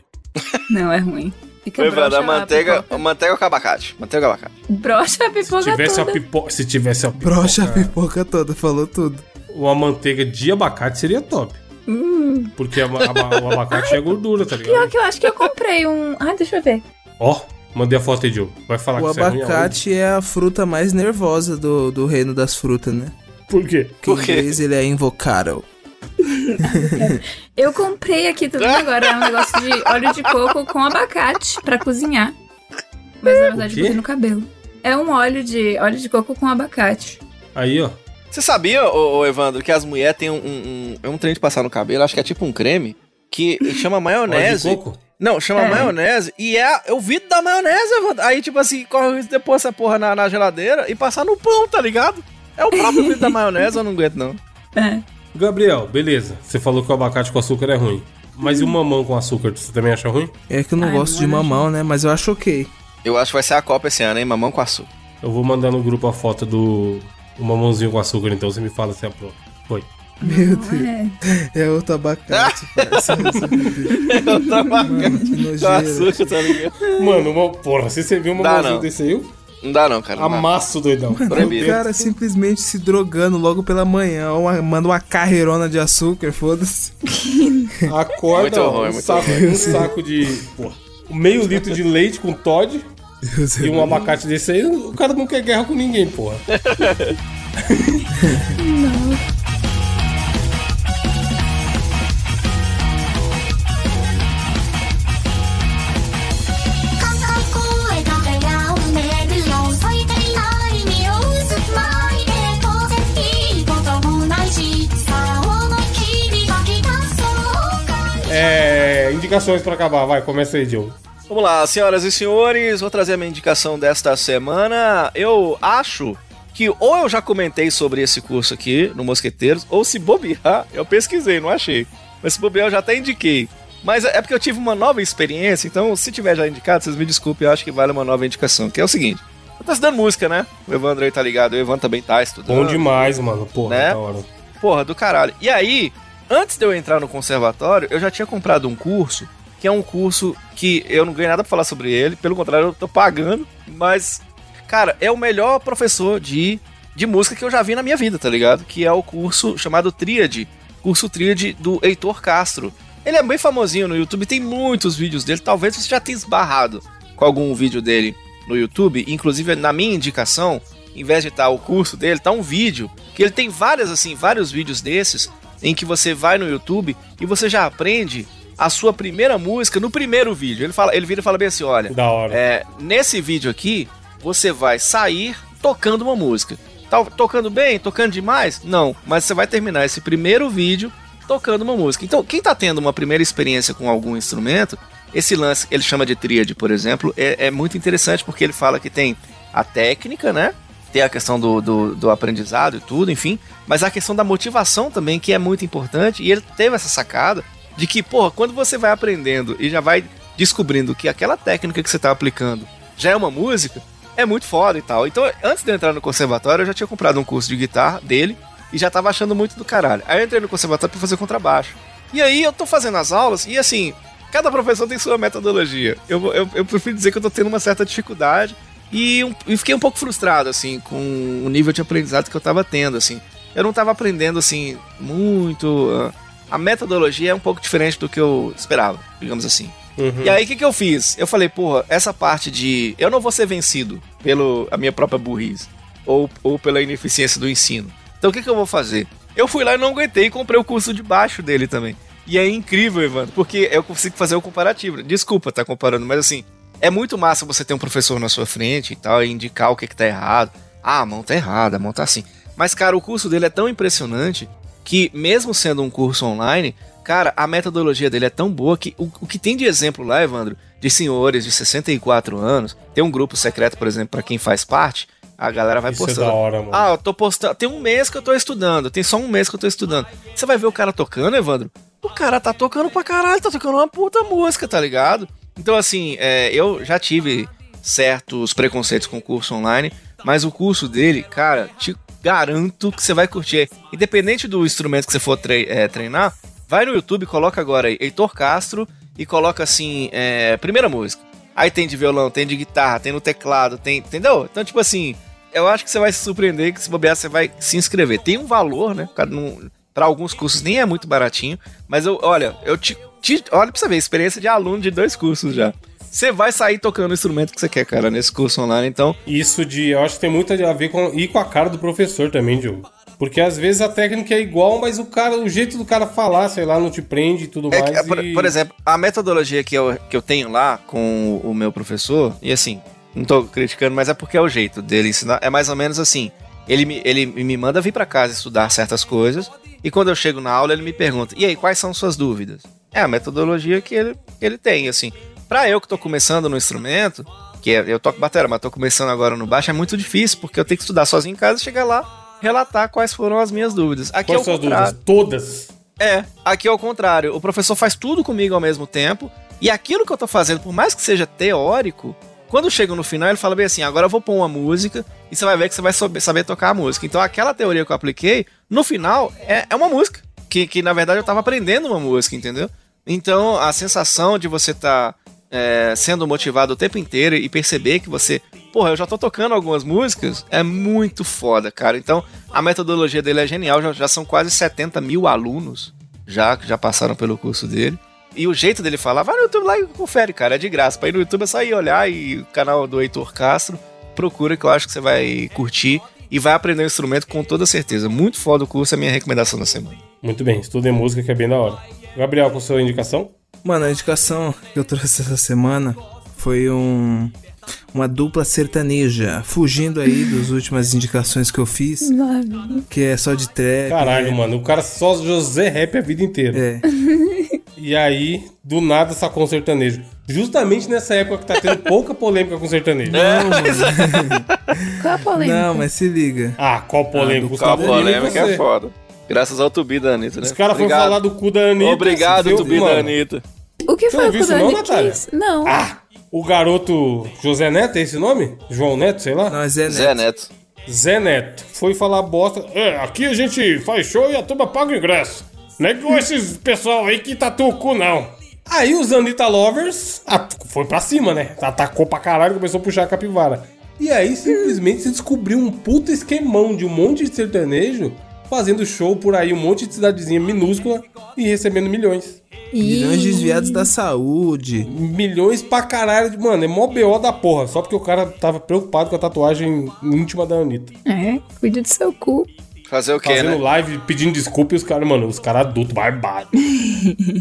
S4: Não, é ruim. Fica
S5: Foi
S4: broxa
S5: da
S4: a
S5: manteiga,
S4: pipoca.
S5: manteiga com abacate. Manteiga com abacate.
S4: Broxa a pipoca
S3: Se tivesse
S4: toda.
S3: uma pipoca. Se tivesse uma é pipoca,
S6: Brocha a pipoca toda, falou tudo.
S3: uma manteiga de abacate seria top. Porque a- a- o abacate é gordura, tá
S4: Pior
S3: ligado?
S4: que eu acho que eu comprei um. Ai, deixa eu ver.
S3: Ó, mandei a foto aí, Diogo. Vai falar
S6: O
S3: que isso é ruim aonde?
S6: abacate é a fruta mais nervosa do, do reino das frutas, né?
S3: Por quê?
S6: Que em
S5: Por quê?
S6: inglês ele é invocado.
S4: Eu comprei aqui também agora um negócio de óleo de coco com abacate pra cozinhar. Mas na verdade
S3: quê?
S4: eu botei no cabelo. É um óleo de óleo de coco com abacate.
S3: Aí, ó.
S5: Você sabia, ô, ô, Evandro, que as mulheres têm um, um, um- é um trem de passar no cabelo, acho que é tipo um creme, que chama
S3: Óleo de
S5: maionese.
S3: coco?
S5: Não, chama
S4: É.
S5: maionese e é, é o vidro da maionese, Evandro. Aí, tipo assim, corre o risco de pôr essa porra na, na geladeira e passar no pão, tá ligado? É o próprio vidro da maionese, eu não aguento, não.
S4: É.
S3: Gabriel, beleza. Você falou que o abacate com açúcar é ruim. Mas e o mamão com açúcar, você também acha ruim?
S6: É que eu não
S4: Ai,
S6: gosto de
S4: mano,
S6: mamão, né? Mas eu acho ok.
S5: Eu acho que vai ser a Copa esse ano, hein? Mamão com açúcar.
S3: Eu vou mandar no grupo a foto do do mamãozinho com açúcar, então você me fala se é pro. Foi.
S6: Meu
S4: Não
S6: Deus.
S4: é.
S6: É outro abacate, parceiro.
S5: Eu tô
S6: Mano, que
S5: com
S6: nojeira.
S5: açúcar, tá ligado?
S3: Mano, uma porra, se você viu um
S5: Dá,
S3: mamãozinho
S5: não.
S3: desse aí, eu
S5: Não dá, não, cara. não dá.
S3: amasso doidão.
S5: Proibido.
S6: O cara simplesmente se drogando logo pela manhã. Uma, manda uma carreirona de açúcar, foda-se.
S3: Acorda,
S5: Muito
S3: ó,
S5: ruim,
S3: um,
S5: muito
S3: saco, um saco de. Porra, meio litro de leite com Todd
S6: Deus
S3: e um abacate desse aí, o cara não quer guerra com ninguém, porra. É. Indicações pra acabar, vai, começa aí, Diogo.
S5: Vamos lá, senhoras e senhores, vou trazer a minha indicação desta semana. Eu acho que ou eu já comentei sobre esse curso aqui no Mosqueteiros, ou se bobear, eu pesquisei, não achei. Mas se bobear, eu já até indiquei. Mas é porque eu tive uma nova experiência, então se tiver já indicado, vocês me desculpem, eu acho que vale uma nova indicação, que é o seguinte. Eu tô estudando música, né? O Evandro aí tá ligado, o Evandro também tá estudando.
S3: Bom demais, mano, porra,
S5: Né?
S3: da hora.
S5: Porra, do caralho. E aí, antes de eu entrar no conservatório, eu já tinha comprado um curso, que é um curso que eu não ganhei nada pra falar sobre ele, pelo contrário, eu tô pagando, mas, cara, é o melhor professor de, de música que eu já vi na minha vida, tá ligado? Que é o curso chamado Tríade, curso Tríade do Heitor Castro. Ele é bem famosinho no YouTube, tem muitos vídeos dele, talvez você já tenha esbarrado com algum vídeo dele no YouTube, inclusive na minha indicação, em vez de estar o curso dele, tá um vídeo que ele tem várias assim, vários vídeos desses em que você vai no YouTube e você já aprende a sua primeira música no primeiro vídeo. Ele fala, ele vira e fala bem assim, olha,
S3: Da hora.
S5: é, nesse vídeo aqui, você vai sair tocando uma música. Tá tocando bem? Tocando demais? Não, mas você vai terminar esse primeiro vídeo tocando uma música. Então, quem tá tendo uma primeira experiência com algum instrumento, esse lance, ele chama de tríade, por exemplo, é, é muito interessante porque ele fala que tem a técnica, né? Tem a questão do, do, do aprendizado e tudo, enfim, mas a questão da motivação também, que é muito importante, e ele teve essa sacada de que, porra, quando você vai aprendendo e já vai descobrindo que aquela técnica que você tá aplicando já é uma música, é muito foda e tal. Então, antes de eu entrar no conservatório, eu já tinha comprado um curso de guitarra dele e já tava achando muito do caralho. Aí eu entrei no conservatório pra fazer contrabaixo. E aí eu tô fazendo as aulas e assim, cada professor tem sua metodologia. Eu, vou- eu, eu prefiro dizer que eu tô tendo uma certa dificuldade e, um- e fiquei um pouco frustrado, assim, com o nível de aprendizado que eu tava tendo, assim. Eu não tava aprendendo, assim, muito. ah, A metodologia é um pouco diferente do que eu esperava, digamos assim.
S3: Uhum.
S5: E aí, o que, que eu fiz? Eu falei, porra, essa parte de eu não vou ser vencido pela minha própria burrice ou, ou pela ineficiência do ensino. Então, o que, que eu vou fazer? Eu fui lá e não aguentei e comprei o curso de baixo dele também. E é incrível, Evandro, porque eu consigo fazer o comparativo. Desculpa estar comparando, mas assim, é muito massa você ter um professor na sua frente e tal, e indicar o que, que tá errado. Ah, a mão tá errada, a mão tá assim. Mas, cara, o curso dele é tão impressionante que, mesmo sendo um curso online, cara, a metodologia dele é tão boa que o, o que tem de exemplo lá, Evandro, de senhores de 64 anos, tem um grupo secreto, por exemplo, pra quem faz parte, a galera vai
S3: Isso é
S5: postando.
S3: da hora, mano.
S5: Ah, eu tô postando. Tem um mês que eu tô estudando, tem só um mês que eu tô estudando. Você vai ver o cara tocando, Evandro? O cara tá tocando pra caralho, tá tocando uma puta música, tá ligado? Então, assim, é, eu já tive certos preconceitos com o curso online, mas o curso dele, cara, te garanto que você vai curtir. Independente do instrumento que você for tre- é, treinar, vai no YouTube, coloca agora aí Heitor Castro e coloca assim, é, primeira música. Aí tem de violão, tem de guitarra, tem no teclado, tem. Entendeu? Então, tipo assim, eu acho que você vai se surpreender que se bobear, você vai se inscrever. Tem um valor, né? Cada um- Pra alguns cursos nem é muito baratinho, mas eu, olha, eu te, te- olha pra você ver, experiência de aluno de dois cursos já. Você vai sair tocando o instrumento que você quer, cara, nesse curso online, então.
S3: Isso de. Eu acho que tem muito a ver com. E com a cara do professor também, Diogo. Porque às vezes a técnica é igual, mas o cara, o jeito do cara falar, sei lá, não te prende e tudo
S5: É que,
S3: mais.
S5: é, por,
S3: e-
S5: por exemplo, a metodologia que eu, que eu tenho lá com o, o meu professor, e assim, não tô criticando, mas é porque é o jeito dele ensinar, é mais ou menos assim. Ele me, ele me manda vir pra casa estudar certas coisas, e quando eu chego na aula, ele me pergunta: e aí, quais são suas dúvidas? É a metodologia que ele, que ele tem, assim. Pra eu que tô começando no instrumento, que é- eu toco bateria, mas tô começando agora no baixo, é muito difícil, porque eu tenho que estudar sozinho em casa e chegar lá, relatar quais foram as minhas dúvidas. Aqui
S3: Quais
S5: é o
S3: são as
S5: contrário.
S3: dúvidas? Todas.
S5: É, aqui é o contrário. O professor faz tudo comigo ao mesmo tempo. E aquilo que eu tô fazendo, por mais que seja teórico, quando chega no final, ele fala bem assim: agora eu vou pôr uma música e você vai ver que você vai sobe- saber tocar a música. Então aquela teoria que eu apliquei, no final, é, é uma música. Que, que na verdade eu tava aprendendo uma música, entendeu? Então a sensação de você tá é, sendo motivado o tempo inteiro e perceber que você, porra, eu já tô tocando algumas músicas, é muito foda, cara. Então a metodologia dele é genial, já, já são quase 70 mil alunos já que já passaram pelo curso dele. E o jeito dele falar, vai no YouTube lá e confere, cara, é de graça. Pra ir no YouTube é só ir olhar e o canal do Heitor Castro, procura que eu acho que você vai curtir e vai aprender o instrumento com toda certeza. Muito foda o curso, é a minha recomendação da semana.
S3: Muito bem, estudem música que é bem da hora. Gabriel, com sua indicação?
S6: Mano, a indicação que eu trouxe essa semana foi um uma dupla sertaneja, fugindo aí das últimas indicações que eu fiz, que é só de trap.
S5: é.
S3: Caralho, mano, o cara só José Rap a vida inteira.
S6: É,
S3: E aí, do nada, sacou um sertanejo. Justamente nessa época que tá tendo pouca polêmica com sertanejo.
S5: Né?
S4: Qual a polêmica?
S6: não, mas se liga.
S3: Ah, qual polêmica? Os
S5: Qual a
S3: caras viram em
S5: polêmica é
S3: você.
S5: foda. Graças ao Tubi da Anitta, né?
S3: Os caras foram falar do cu da Anitta.
S5: Obrigado,
S3: viu,
S5: Tubi
S3: mano?
S5: da Anitta.
S4: O que
S3: Você
S4: foi
S3: não
S4: o
S3: viu isso não,
S4: Kudani
S3: Natália?
S4: Kiss? Não.
S3: Ah, o garoto José Neto, é esse nome? João Neto, sei lá.
S6: Nós é
S5: Zé
S6: né?
S5: Neto.
S3: Zé Neto. Foi falar bosta. É, aqui a gente faz show e a turma paga o ingresso. Não é igual esses pessoal aí que tatua o cu, não. Aí os Anitta Lovers ah, foi pra cima, né? Atacou pra caralho e começou a puxar a capivara. E aí simplesmente se descobriu um puta esquemão de um monte de sertanejo fazendo show por aí, um monte de cidadezinha minúscula e recebendo milhões.
S6: Milhões de desviados da saúde.
S3: Milhões pra caralho. de- Mano, é mó BO da porra. Só porque o cara tava preocupado com a tatuagem íntima da Anitta.
S4: É, cuide do seu cu.
S5: Fazer o quê,
S3: fazendo
S5: né?
S3: live pedindo desculpa e os caras, mano, os caras adultos, barbado.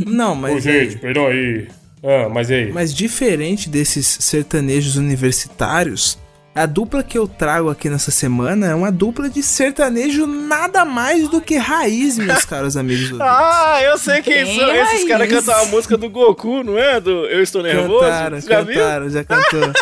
S6: Não,
S3: Ô,
S6: mas
S3: gente, perdão aí. Ah, mas e aí?
S6: Mas diferente desses sertanejos universitários, a dupla que eu trago aqui nessa semana é uma dupla de sertanejo nada mais do que raiz, meus caros amigos. ouvintes.
S5: Ah, eu sei quem
S4: Quem
S5: são.
S4: é
S5: Esses caras
S4: isso?
S5: cantaram a música do Goku, não é? Do Eu Estou Nervoso?
S6: Cantaram,
S5: Já viu?
S6: cantaram, já cantou.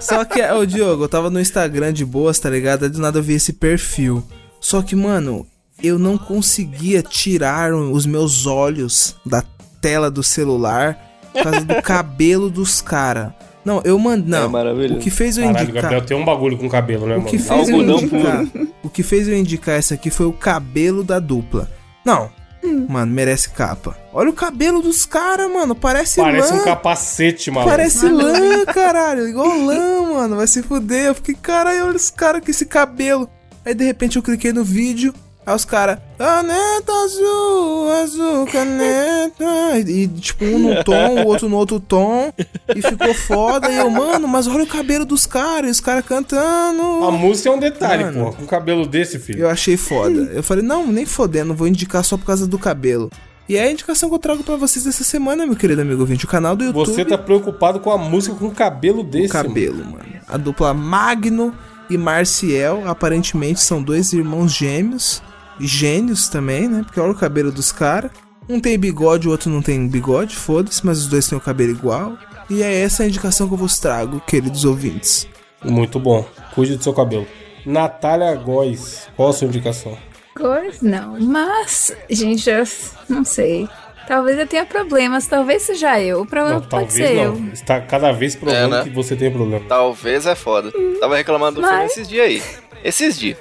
S6: Só que, ô Diogo, eu tava no Instagram de boas, tá ligado? Aí do nada eu vi esse perfil. Só que, mano, eu não conseguia tirar os meus olhos da tela do celular por causa do cabelo dos caras. Não, eu mando. Não,
S5: É maravilhoso.
S6: o que fez eu
S3: Caralho, o
S6: indicar.
S3: Gabriel tem um bagulho com o cabelo, né,
S6: O
S3: mano?
S6: que, fez eu
S5: Algodão
S6: indicar, o que fez eu indicar isso aqui foi o cabelo da dupla. Não,
S5: Hum.
S6: mano, merece capa. Olha o cabelo dos caras, mano. Parece,
S3: Parece
S6: lã.
S3: um capacete, maluco.
S6: Parece lã, caralho. Igual lã, mano. Vai se fuder. Eu fiquei, caralho, olha os caras com esse cabelo. Aí de repente eu cliquei no vídeo. Aí os caras, caneta azul, azul, caneta ah, e tipo, um num tom, o outro no outro tom, e ficou foda. E eu, mano, mas olha o cabelo dos caras, e os caras
S3: A
S6: cantando.
S3: música é um detalhe,
S6: Mano.
S3: porra. Com um cabelo desse, filho.
S6: Eu achei foda. Eu falei, não, nem fodendo, vou indicar só por causa do cabelo. E é a indicação que eu trago pra vocês essa semana, meu querido amigo ouvinte, o canal do YouTube.
S3: Você tá preocupado com a música com um cabelo desse,
S6: cabelo, mano. A dupla Magno e Marciel, aparentemente são dois irmãos gêmeos. E gênios também, né? Porque olha o cabelo dos caras. Um tem bigode, o outro não tem bigode, foda-se, mas os dois têm o cabelo igual. E é essa a indicação que eu vos trago, queridos ouvintes.
S3: mano. Muito bom. Cuide do seu cabelo. Natália Góes, qual a sua indicação?
S4: Cores não, mas, gente, eu não sei. Talvez eu tenha problemas, talvez seja eu. O problema Ah, pode
S3: talvez
S4: ser
S3: não.
S4: eu.
S3: Está cada vez provando
S5: É, né?
S3: que você tem problema.
S5: Talvez é foda. Tava reclamando do
S4: Mas-
S5: filme esses dias aí. Esses dias.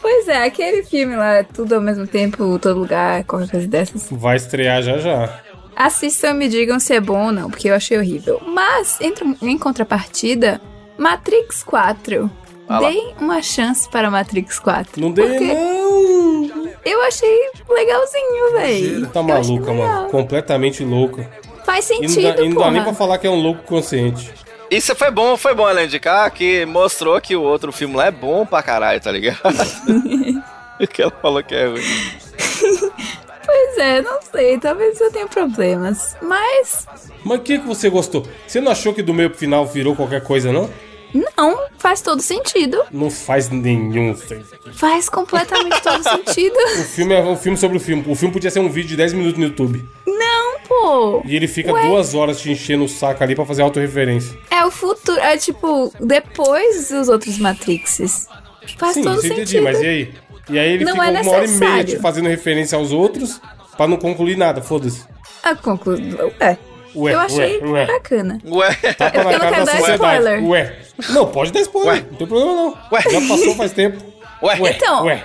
S4: Pois é, aquele filme lá, tudo ao mesmo tempo, todo lugar, qualquer coisa dessas.
S3: Vai estrear já já.
S4: Assistam e me digam se é bom ou não, porque eu achei horrível. Mas, entre- em contrapartida, Matrix 4.
S5: Ah lá.
S4: Deem uma chance para Matrix 4.
S3: Não né? dei,
S4: porque
S3: não!
S4: Eu achei legalzinho, véi.
S3: Tá
S4: Eu achei
S3: maluca,
S4: legal.
S3: mano. Completamente louca.
S4: Faz
S3: E não dá,
S4: sentido,
S3: e não dá nem pra
S4: porra.
S3: falar que é um louco consciente.
S5: Isso foi bom, foi bom ela indicar que mostrou que o outro filme lá é bom pra caralho, tá ligado? que ela falou que é ruim.
S4: Pois é, não sei, talvez eu tenha problemas. Mas,
S3: Mas o que, que você gostou? Você não achou que do meio pro final virou qualquer coisa, não?
S4: não, faz todo sentido.
S3: Não faz nenhum sentido.
S4: Faz completamente todo sentido.
S3: O filme é um filme sobre o filme. O filme podia ser um vídeo de 10 minutos no YouTube.
S4: Não, pô.
S3: E ele fica
S4: Ué.
S3: duas horas te enchendo o saco ali pra fazer autorreferência.
S4: É o futuro, é tipo, depois dos outros Matrixes. Faz todo
S3: isso eu
S4: sentido.
S3: mas e aí? E aí ele
S4: Não
S3: fica
S4: é
S3: uma hora e
S4: necessário.
S3: meia te fazendo referência aos outros pra não concluir nada, foda-se.
S4: A conclusão. É.
S3: Ué,
S4: eu achei
S3: ué, é ué.
S4: bacana. É
S5: Ué,
S3: Tapa
S4: porque eu não quero dar spoiler.
S3: Ué. Não, pode dar spoiler.
S5: Ué.
S3: Não tem problema não.
S5: Ué.
S3: Já passou faz tempo.
S5: ué,
S3: Ué.
S4: Então.
S3: Ué.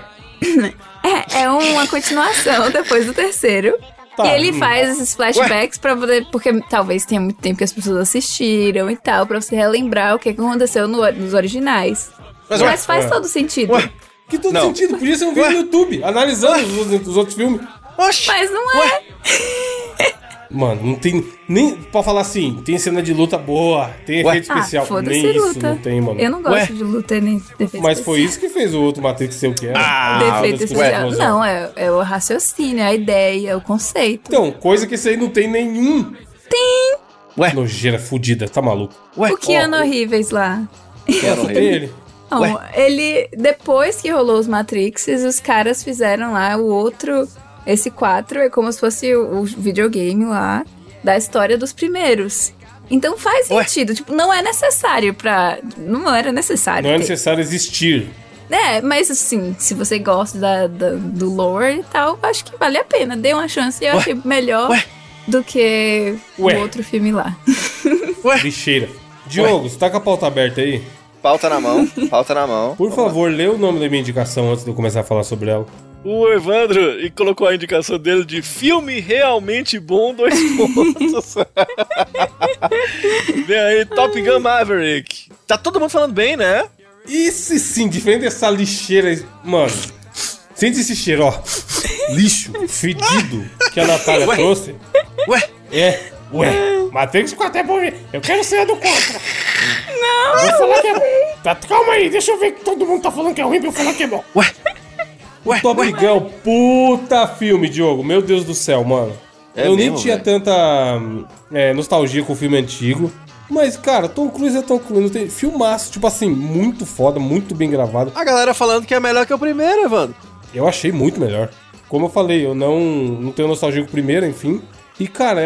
S4: É, é uma continuação depois do terceiro.
S3: Tá,
S4: e ele
S3: hum.
S4: faz esses flashbacks pra poder. Porque talvez tenha muito tempo que as pessoas assistiram e tal, pra você relembrar o que aconteceu no- nos originais.
S5: Mas,
S4: Mas,
S5: ué,
S4: faz
S3: ué.
S4: todo sentido.
S5: ué.
S3: Que todo
S5: Não.
S3: sentido. Podia ser um vídeo
S5: Ué.
S3: no YouTube, analisando os, outros- os outros filmes.
S5: Oxi.
S4: Mas não é.
S3: Mano, não tem. Nem. Pra falar assim, tem cena de luta boa, tem
S5: Ué.
S3: efeito especial.
S4: Ah, foda-se
S3: nem isso
S4: luta.
S3: não tem, mano.
S4: Eu não gosto
S5: Ué.
S4: de luta e nem defesa
S3: Mas foi isso que fez o outro Matrix ser o que era. Ah,
S4: Defeito especial. Não, é, é o raciocínio, a ideia, é o conceito.
S3: Então, coisa que esse aí não tem nenhum.
S5: Ué.
S3: Nojeira fudida, tá maluco.
S5: Ué,
S4: o é? Keanu Reeves lá.
S5: Quero
S3: Só
S5: rir.
S3: tem ele.
S4: Não, ele, depois que rolou os Matrixes, os caras fizeram lá o outro, esse 4, é como se fosse o, o videogame lá da história dos primeiros. Então faz
S5: Ué.
S4: sentido, tipo, não é necessário pra... Não era necessário.
S3: Não é
S4: ter.
S3: necessário existir.
S4: É, mas assim, se você gosta da- da- do lore e tal, acho que vale a pena. Dê uma chance e eu achei melhor
S5: Ué.
S4: do que
S3: Ué.
S4: o outro filme lá.
S3: Lixeira. Diogo, você tá com a pauta aberta aí?
S5: Pauta na mão, pauta na mão.
S3: Por favor, lê o nome da minha indicação antes de eu começar a falar sobre ela.
S5: O Evandro e colocou a indicação dele de filme realmente bom, dois pontos. Vem aí, Top Gun Maverick. Tá todo mundo falando bem, né?
S3: Esse sim, diferente dessa lixeira. Mano, sente esse cheiro, ó. Lixo, fedido que a Natália
S5: Ué.
S3: trouxe.
S5: Ué,
S3: É, ué. Matrix 4 é bom. hein? Eu quero ser a do contra. Não, Vou falar que é bom. Tá, calma aí, deixa eu ver que todo mundo tá falando que é ruim pra eu falar que é bom.
S5: ué. Ué,
S3: Top
S5: ué.
S3: Gun, é um puta filme, Diogo. Meu Deus do céu, mano.
S5: É
S3: eu nem
S5: mesmo,
S3: tinha
S5: velho.
S3: tanta hum, é, nostalgia com o filme antigo. Mas, cara, Tom Cruise é Tom Cruise. Não tem... Filmaço, tipo assim, muito foda, muito bem gravado.
S5: A galera falando que é melhor que o primeiro, Evandro.
S3: Eu achei muito melhor. Como eu falei, eu não, não tenho nostalgia com o primeiro, enfim. E, cara, é,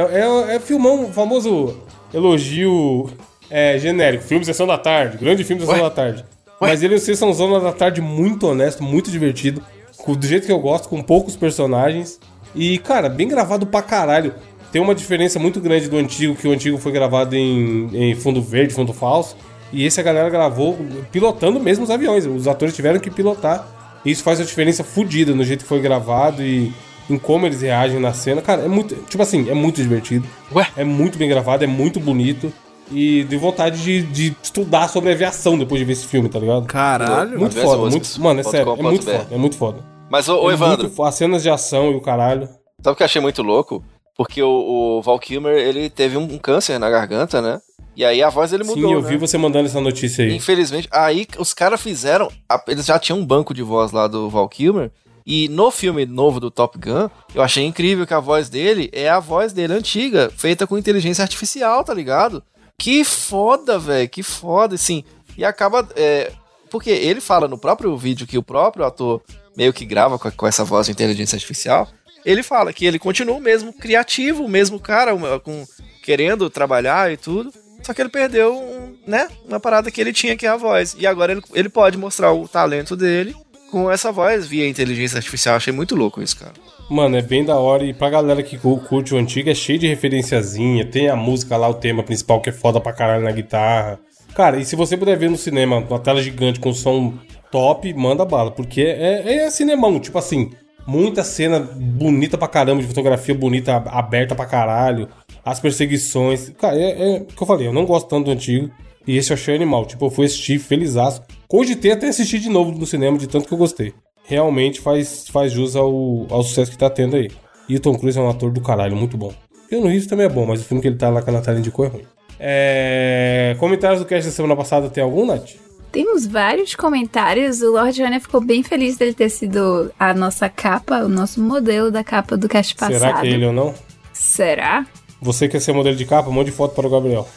S3: é, é filmão, o famoso elogio é, genérico. Filme Sessão da Tarde, grande filme Sessão
S5: Ué?
S3: da Tarde. Mas ele é um Sessãozão da Tarde muito honesto, muito divertido. com- do jeito que eu gosto, com poucos personagens. E, cara, bem gravado pra caralho. Tem uma diferença muito grande do antigo, que o antigo foi gravado em, em fundo verde, fundo falso. E esse a galera gravou pilotando mesmo os aviões. Os atores tiveram que pilotar. E isso faz uma diferença fodida no jeito que foi gravado e em como eles reagem na cena. Cara, é muito. Tipo assim, é muito divertido.
S5: Ué?
S3: É muito bem gravado, é muito bonito. E deu vontade de, de estudar sobre aviação depois de ver esse filme, tá ligado?
S6: Caralho.
S3: Muito
S5: Aviação
S3: foda,
S5: Oscars.
S3: muito, mano, é sério, é
S5: .com.br.
S3: muito foda, é muito foda.
S5: Mas, ô, ô
S3: É
S5: Evandro,
S3: muito fo- as cenas de ação e o caralho.
S5: sabe o que eu achei muito louco? Porque o, o Val Kilmer, ele teve um, um câncer na garganta, né? E aí a voz dele mudou,
S3: Sim, eu
S5: né?
S3: vi você mandando essa notícia aí.
S5: Infelizmente, aí os caras fizeram. a- Eles já tinham um banco de voz lá do Val Kilmer. E no filme novo do Top Gun, eu achei incrível que a voz dele é a voz dele antiga, feita com inteligência artificial, tá ligado? Que foda, velho, que foda, assim. E acaba. é, porque ele fala no próprio vídeo que o próprio ator meio que grava com, com essa voz de inteligência artificial. Ele fala que ele continua o mesmo criativo, o mesmo cara, o- com, querendo trabalhar e tudo. Só que ele perdeu, um, né? Uma parada que ele tinha, que é a voz. E agora ele, ele pode mostrar o talento dele com essa voz via inteligência artificial. Achei muito louco isso, cara.
S3: Mano, é bem da hora. E pra galera que cu- curte o antigo, é cheio de referenciazinha. Tem a música lá, o tema principal, que é foda pra caralho na guitarra. Cara, e se você puder ver no cinema, uma tela gigante com som top, manda bala. Porque é, é, é cinemão, tipo assim, muita cena bonita pra caramba, de fotografia bonita, ab- aberta pra caralho. As perseguições. Cara, é, é o que eu falei, eu não gosto tanto do antigo. E esse eu achei animal. Tipo, eu fui assistir felizaço. Cogitei até assistir de novo no cinema, de tanto que eu gostei realmente faz, faz jus ao, ao sucesso que tá tendo aí. E o Tom Cruise é um ator do caralho, muito bom. Keanu Reeves também é bom, mas o filme que ele tá lá com a Natália indicou é ruim. É... Comentários do cast da semana passada tem algum, Nath?
S4: Temos vários comentários. O Lord Johnny ficou bem feliz dele ter sido a nossa capa, o nosso modelo da capa do cast passado.
S3: Será que é ele ou não?
S4: Será?
S3: Você quer ser modelo de capa? Mande foto para o Gabriel.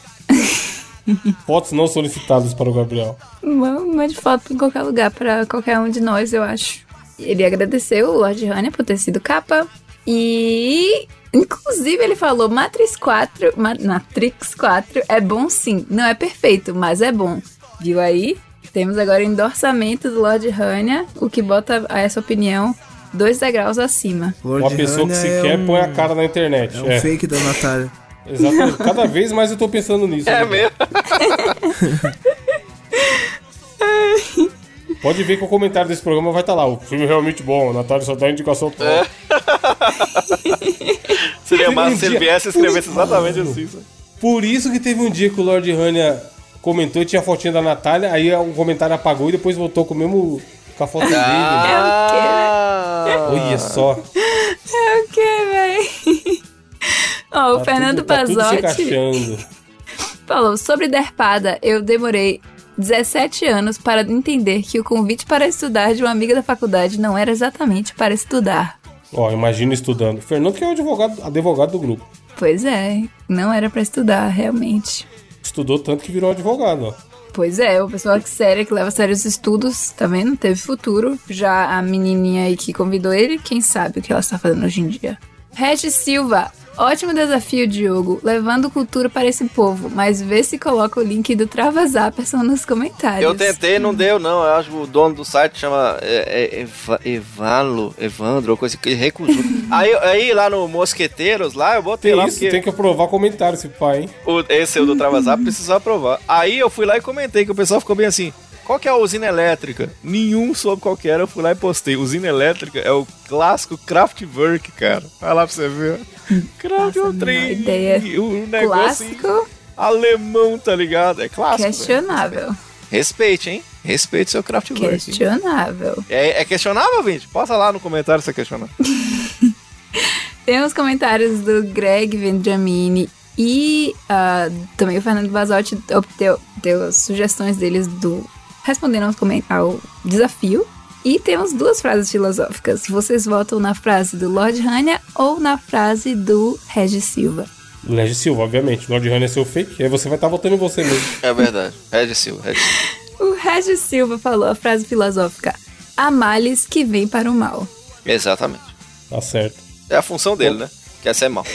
S3: Fotos não solicitadas para o Gabriel.
S4: Mande mande foto em qualquer lugar pra qualquer um de nós, eu acho. Ele agradeceu o Lord Honey por ter sido capa. E. Inclusive, ele falou: Matrix 4. Ma- Matrix 4 é bom sim. Não é perfeito, mas é bom. Viu aí? Temos agora o endorçamento do Lord Hania, o que bota a essa opinião dois degraus acima.
S6: Lord
S3: Uma pessoa que
S6: Hanya
S3: se
S6: é
S3: quer
S6: um-
S3: põe a cara na internet.
S6: É um
S3: É,
S6: fake da Natália.
S3: exatamente. Cada vez mais eu tô pensando nisso. né? Pode ver que o comentário desse programa vai estar lá. O filme é realmente bom, a Natália só dá indicação top.
S5: Seria
S3: massa se ele
S5: viesse e escrevesse exatamente assim.
S3: Por isso que teve um dia que o Lord Hania comentou e tinha a fotinha da Natália, aí o comentário apagou e depois voltou com o mesmo. com a foto
S4: Ah.
S3: dele.
S4: É
S3: Olha só. Tá
S4: É O que, véi? Ó, o
S3: Tá
S4: Fernando
S3: tudo, tá tudo se
S4: Pazotti.
S3: encaixando.
S4: Falou, sobre Derpada, eu demorei 17 anos para entender que o convite para estudar de uma amiga da faculdade não era exatamente para estudar.
S3: Ó, imagina estudando. Fernando que é o advogado, advogado do grupo.
S4: Pois é, não era para estudar, realmente.
S3: Estudou tanto que virou advogado, ó.
S4: Pois é, o pessoal que séria, que leva a sério os estudos, tá vendo? Teve futuro. Já a menininha aí que convidou ele, quem sabe o que ela está fazendo hoje em dia. Red Silva, ótimo desafio, Diogo, levando cultura para esse povo, mas vê se coloca o link do Trava Zapperson nos comentários.
S5: Eu tentei, não deu, não. Eu acho que o dono do site chama é, é, Eva- Evalo, Evandro, ou coisa que ele recusou. aí, aí lá no Mosqueteiros, lá eu botei
S3: Tem
S5: lá
S3: isso,
S5: porque
S3: tem que aprovar comentário esse pai, hein?
S5: o, esse é o do Travasar precisou aprovar. Aí eu fui lá e comentei que o pessoal ficou bem assim. Qual que é a usina elétrica? Nenhum soube qual que era, eu fui lá e postei. Usina elétrica é o clássico Kraftwerk, cara. Vai lá pra você ver. Kraft é
S4: a
S5: um
S4: menor
S5: trem,
S4: ideia.
S5: um negócio
S4: Clássico,
S5: alemão, tá ligado? É clássico. velho.
S4: questionável.
S5: Respeite, hein? Respeite seu Kraftwerk. hein?
S4: Questionável.
S5: É, é questionável, gente? Posta lá no comentário se é questionável.
S4: Tem os comentários do Greg Vendramini e ah, também o Fernando Basotti obteu, deu as sugestões deles do respondendo aos comen- ao desafio. E temos duas frases filosóficas. Vocês votam na frase do Lord Hania ou na frase do Regis Silva?
S3: Lege Silva, obviamente. Lord Hania é seu fake, aí você vai estar votando em você mesmo.
S5: É verdade. Red Silva, Red Silva.
S4: O Regis Silva falou a frase filosófica: Há males que vêm para o mal.
S5: Exatamente.
S3: Tá certo.
S5: É a função dele, né? Quer ser mal.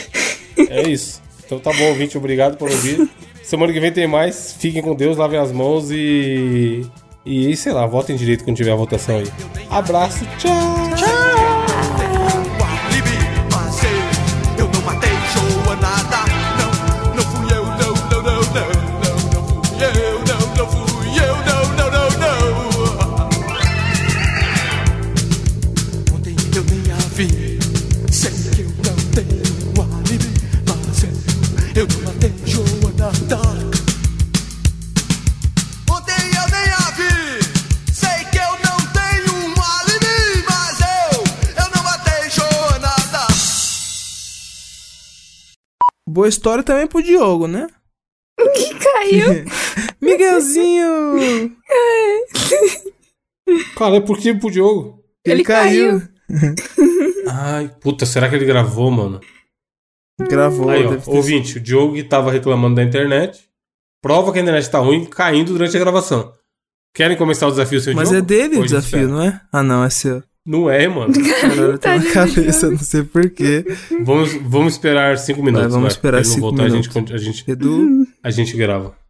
S3: É isso. Então tá bom, ouvinte, obrigado por ouvir. Semana que vem tem mais. Fiquem com Deus, lavem as mãos e. E sei lá, votem direito quando tiver a votação aí. Abraço, tchau!
S7: Libi, Marseille, eu não matei Joanada, não, não fui eu, não, não, não, não, não, não fui eu, não, não fui eu, não, não, não, não. Ontem eu nem a vi, sei que eu não tenho um alibi, mas é, eu, eu não matei Joana Dark. Ontem eu nem a vi. Sei que eu não tenho um alibi, mas eu, eu não matei Jonathan.
S6: Boa história também pro Diogo, né?
S4: Que caiu.
S6: Miguelzinho!
S3: Cara, é porque pro Diogo.
S4: Ele caiu.
S3: Ai, puta, será que ele gravou, mano?
S6: Gravou,
S3: Aí, ó,
S6: deve ter
S3: ouvinte, o Diogo que tava reclamando da internet. Prova que a internet tá ruim, caindo durante a gravação. Querem começar o desafio sem o
S6: Mas é
S3: Diogo?
S6: dele o
S3: Hoje
S6: desafio,
S3: espera.
S6: não é? Ah, não, é seu.
S3: Não é, mano.
S6: Caralho, tá
S4: Tadinho
S6: na
S4: do
S6: cabeça, não sei porquê.
S3: Vamos, vamos esperar cinco minutos.
S6: vamos
S3: vai.
S6: esperar
S3: Ele não
S6: cinco
S3: voltar, a gente
S6: minutos.
S3: con- A gente,
S6: Edu,
S3: a gente grava.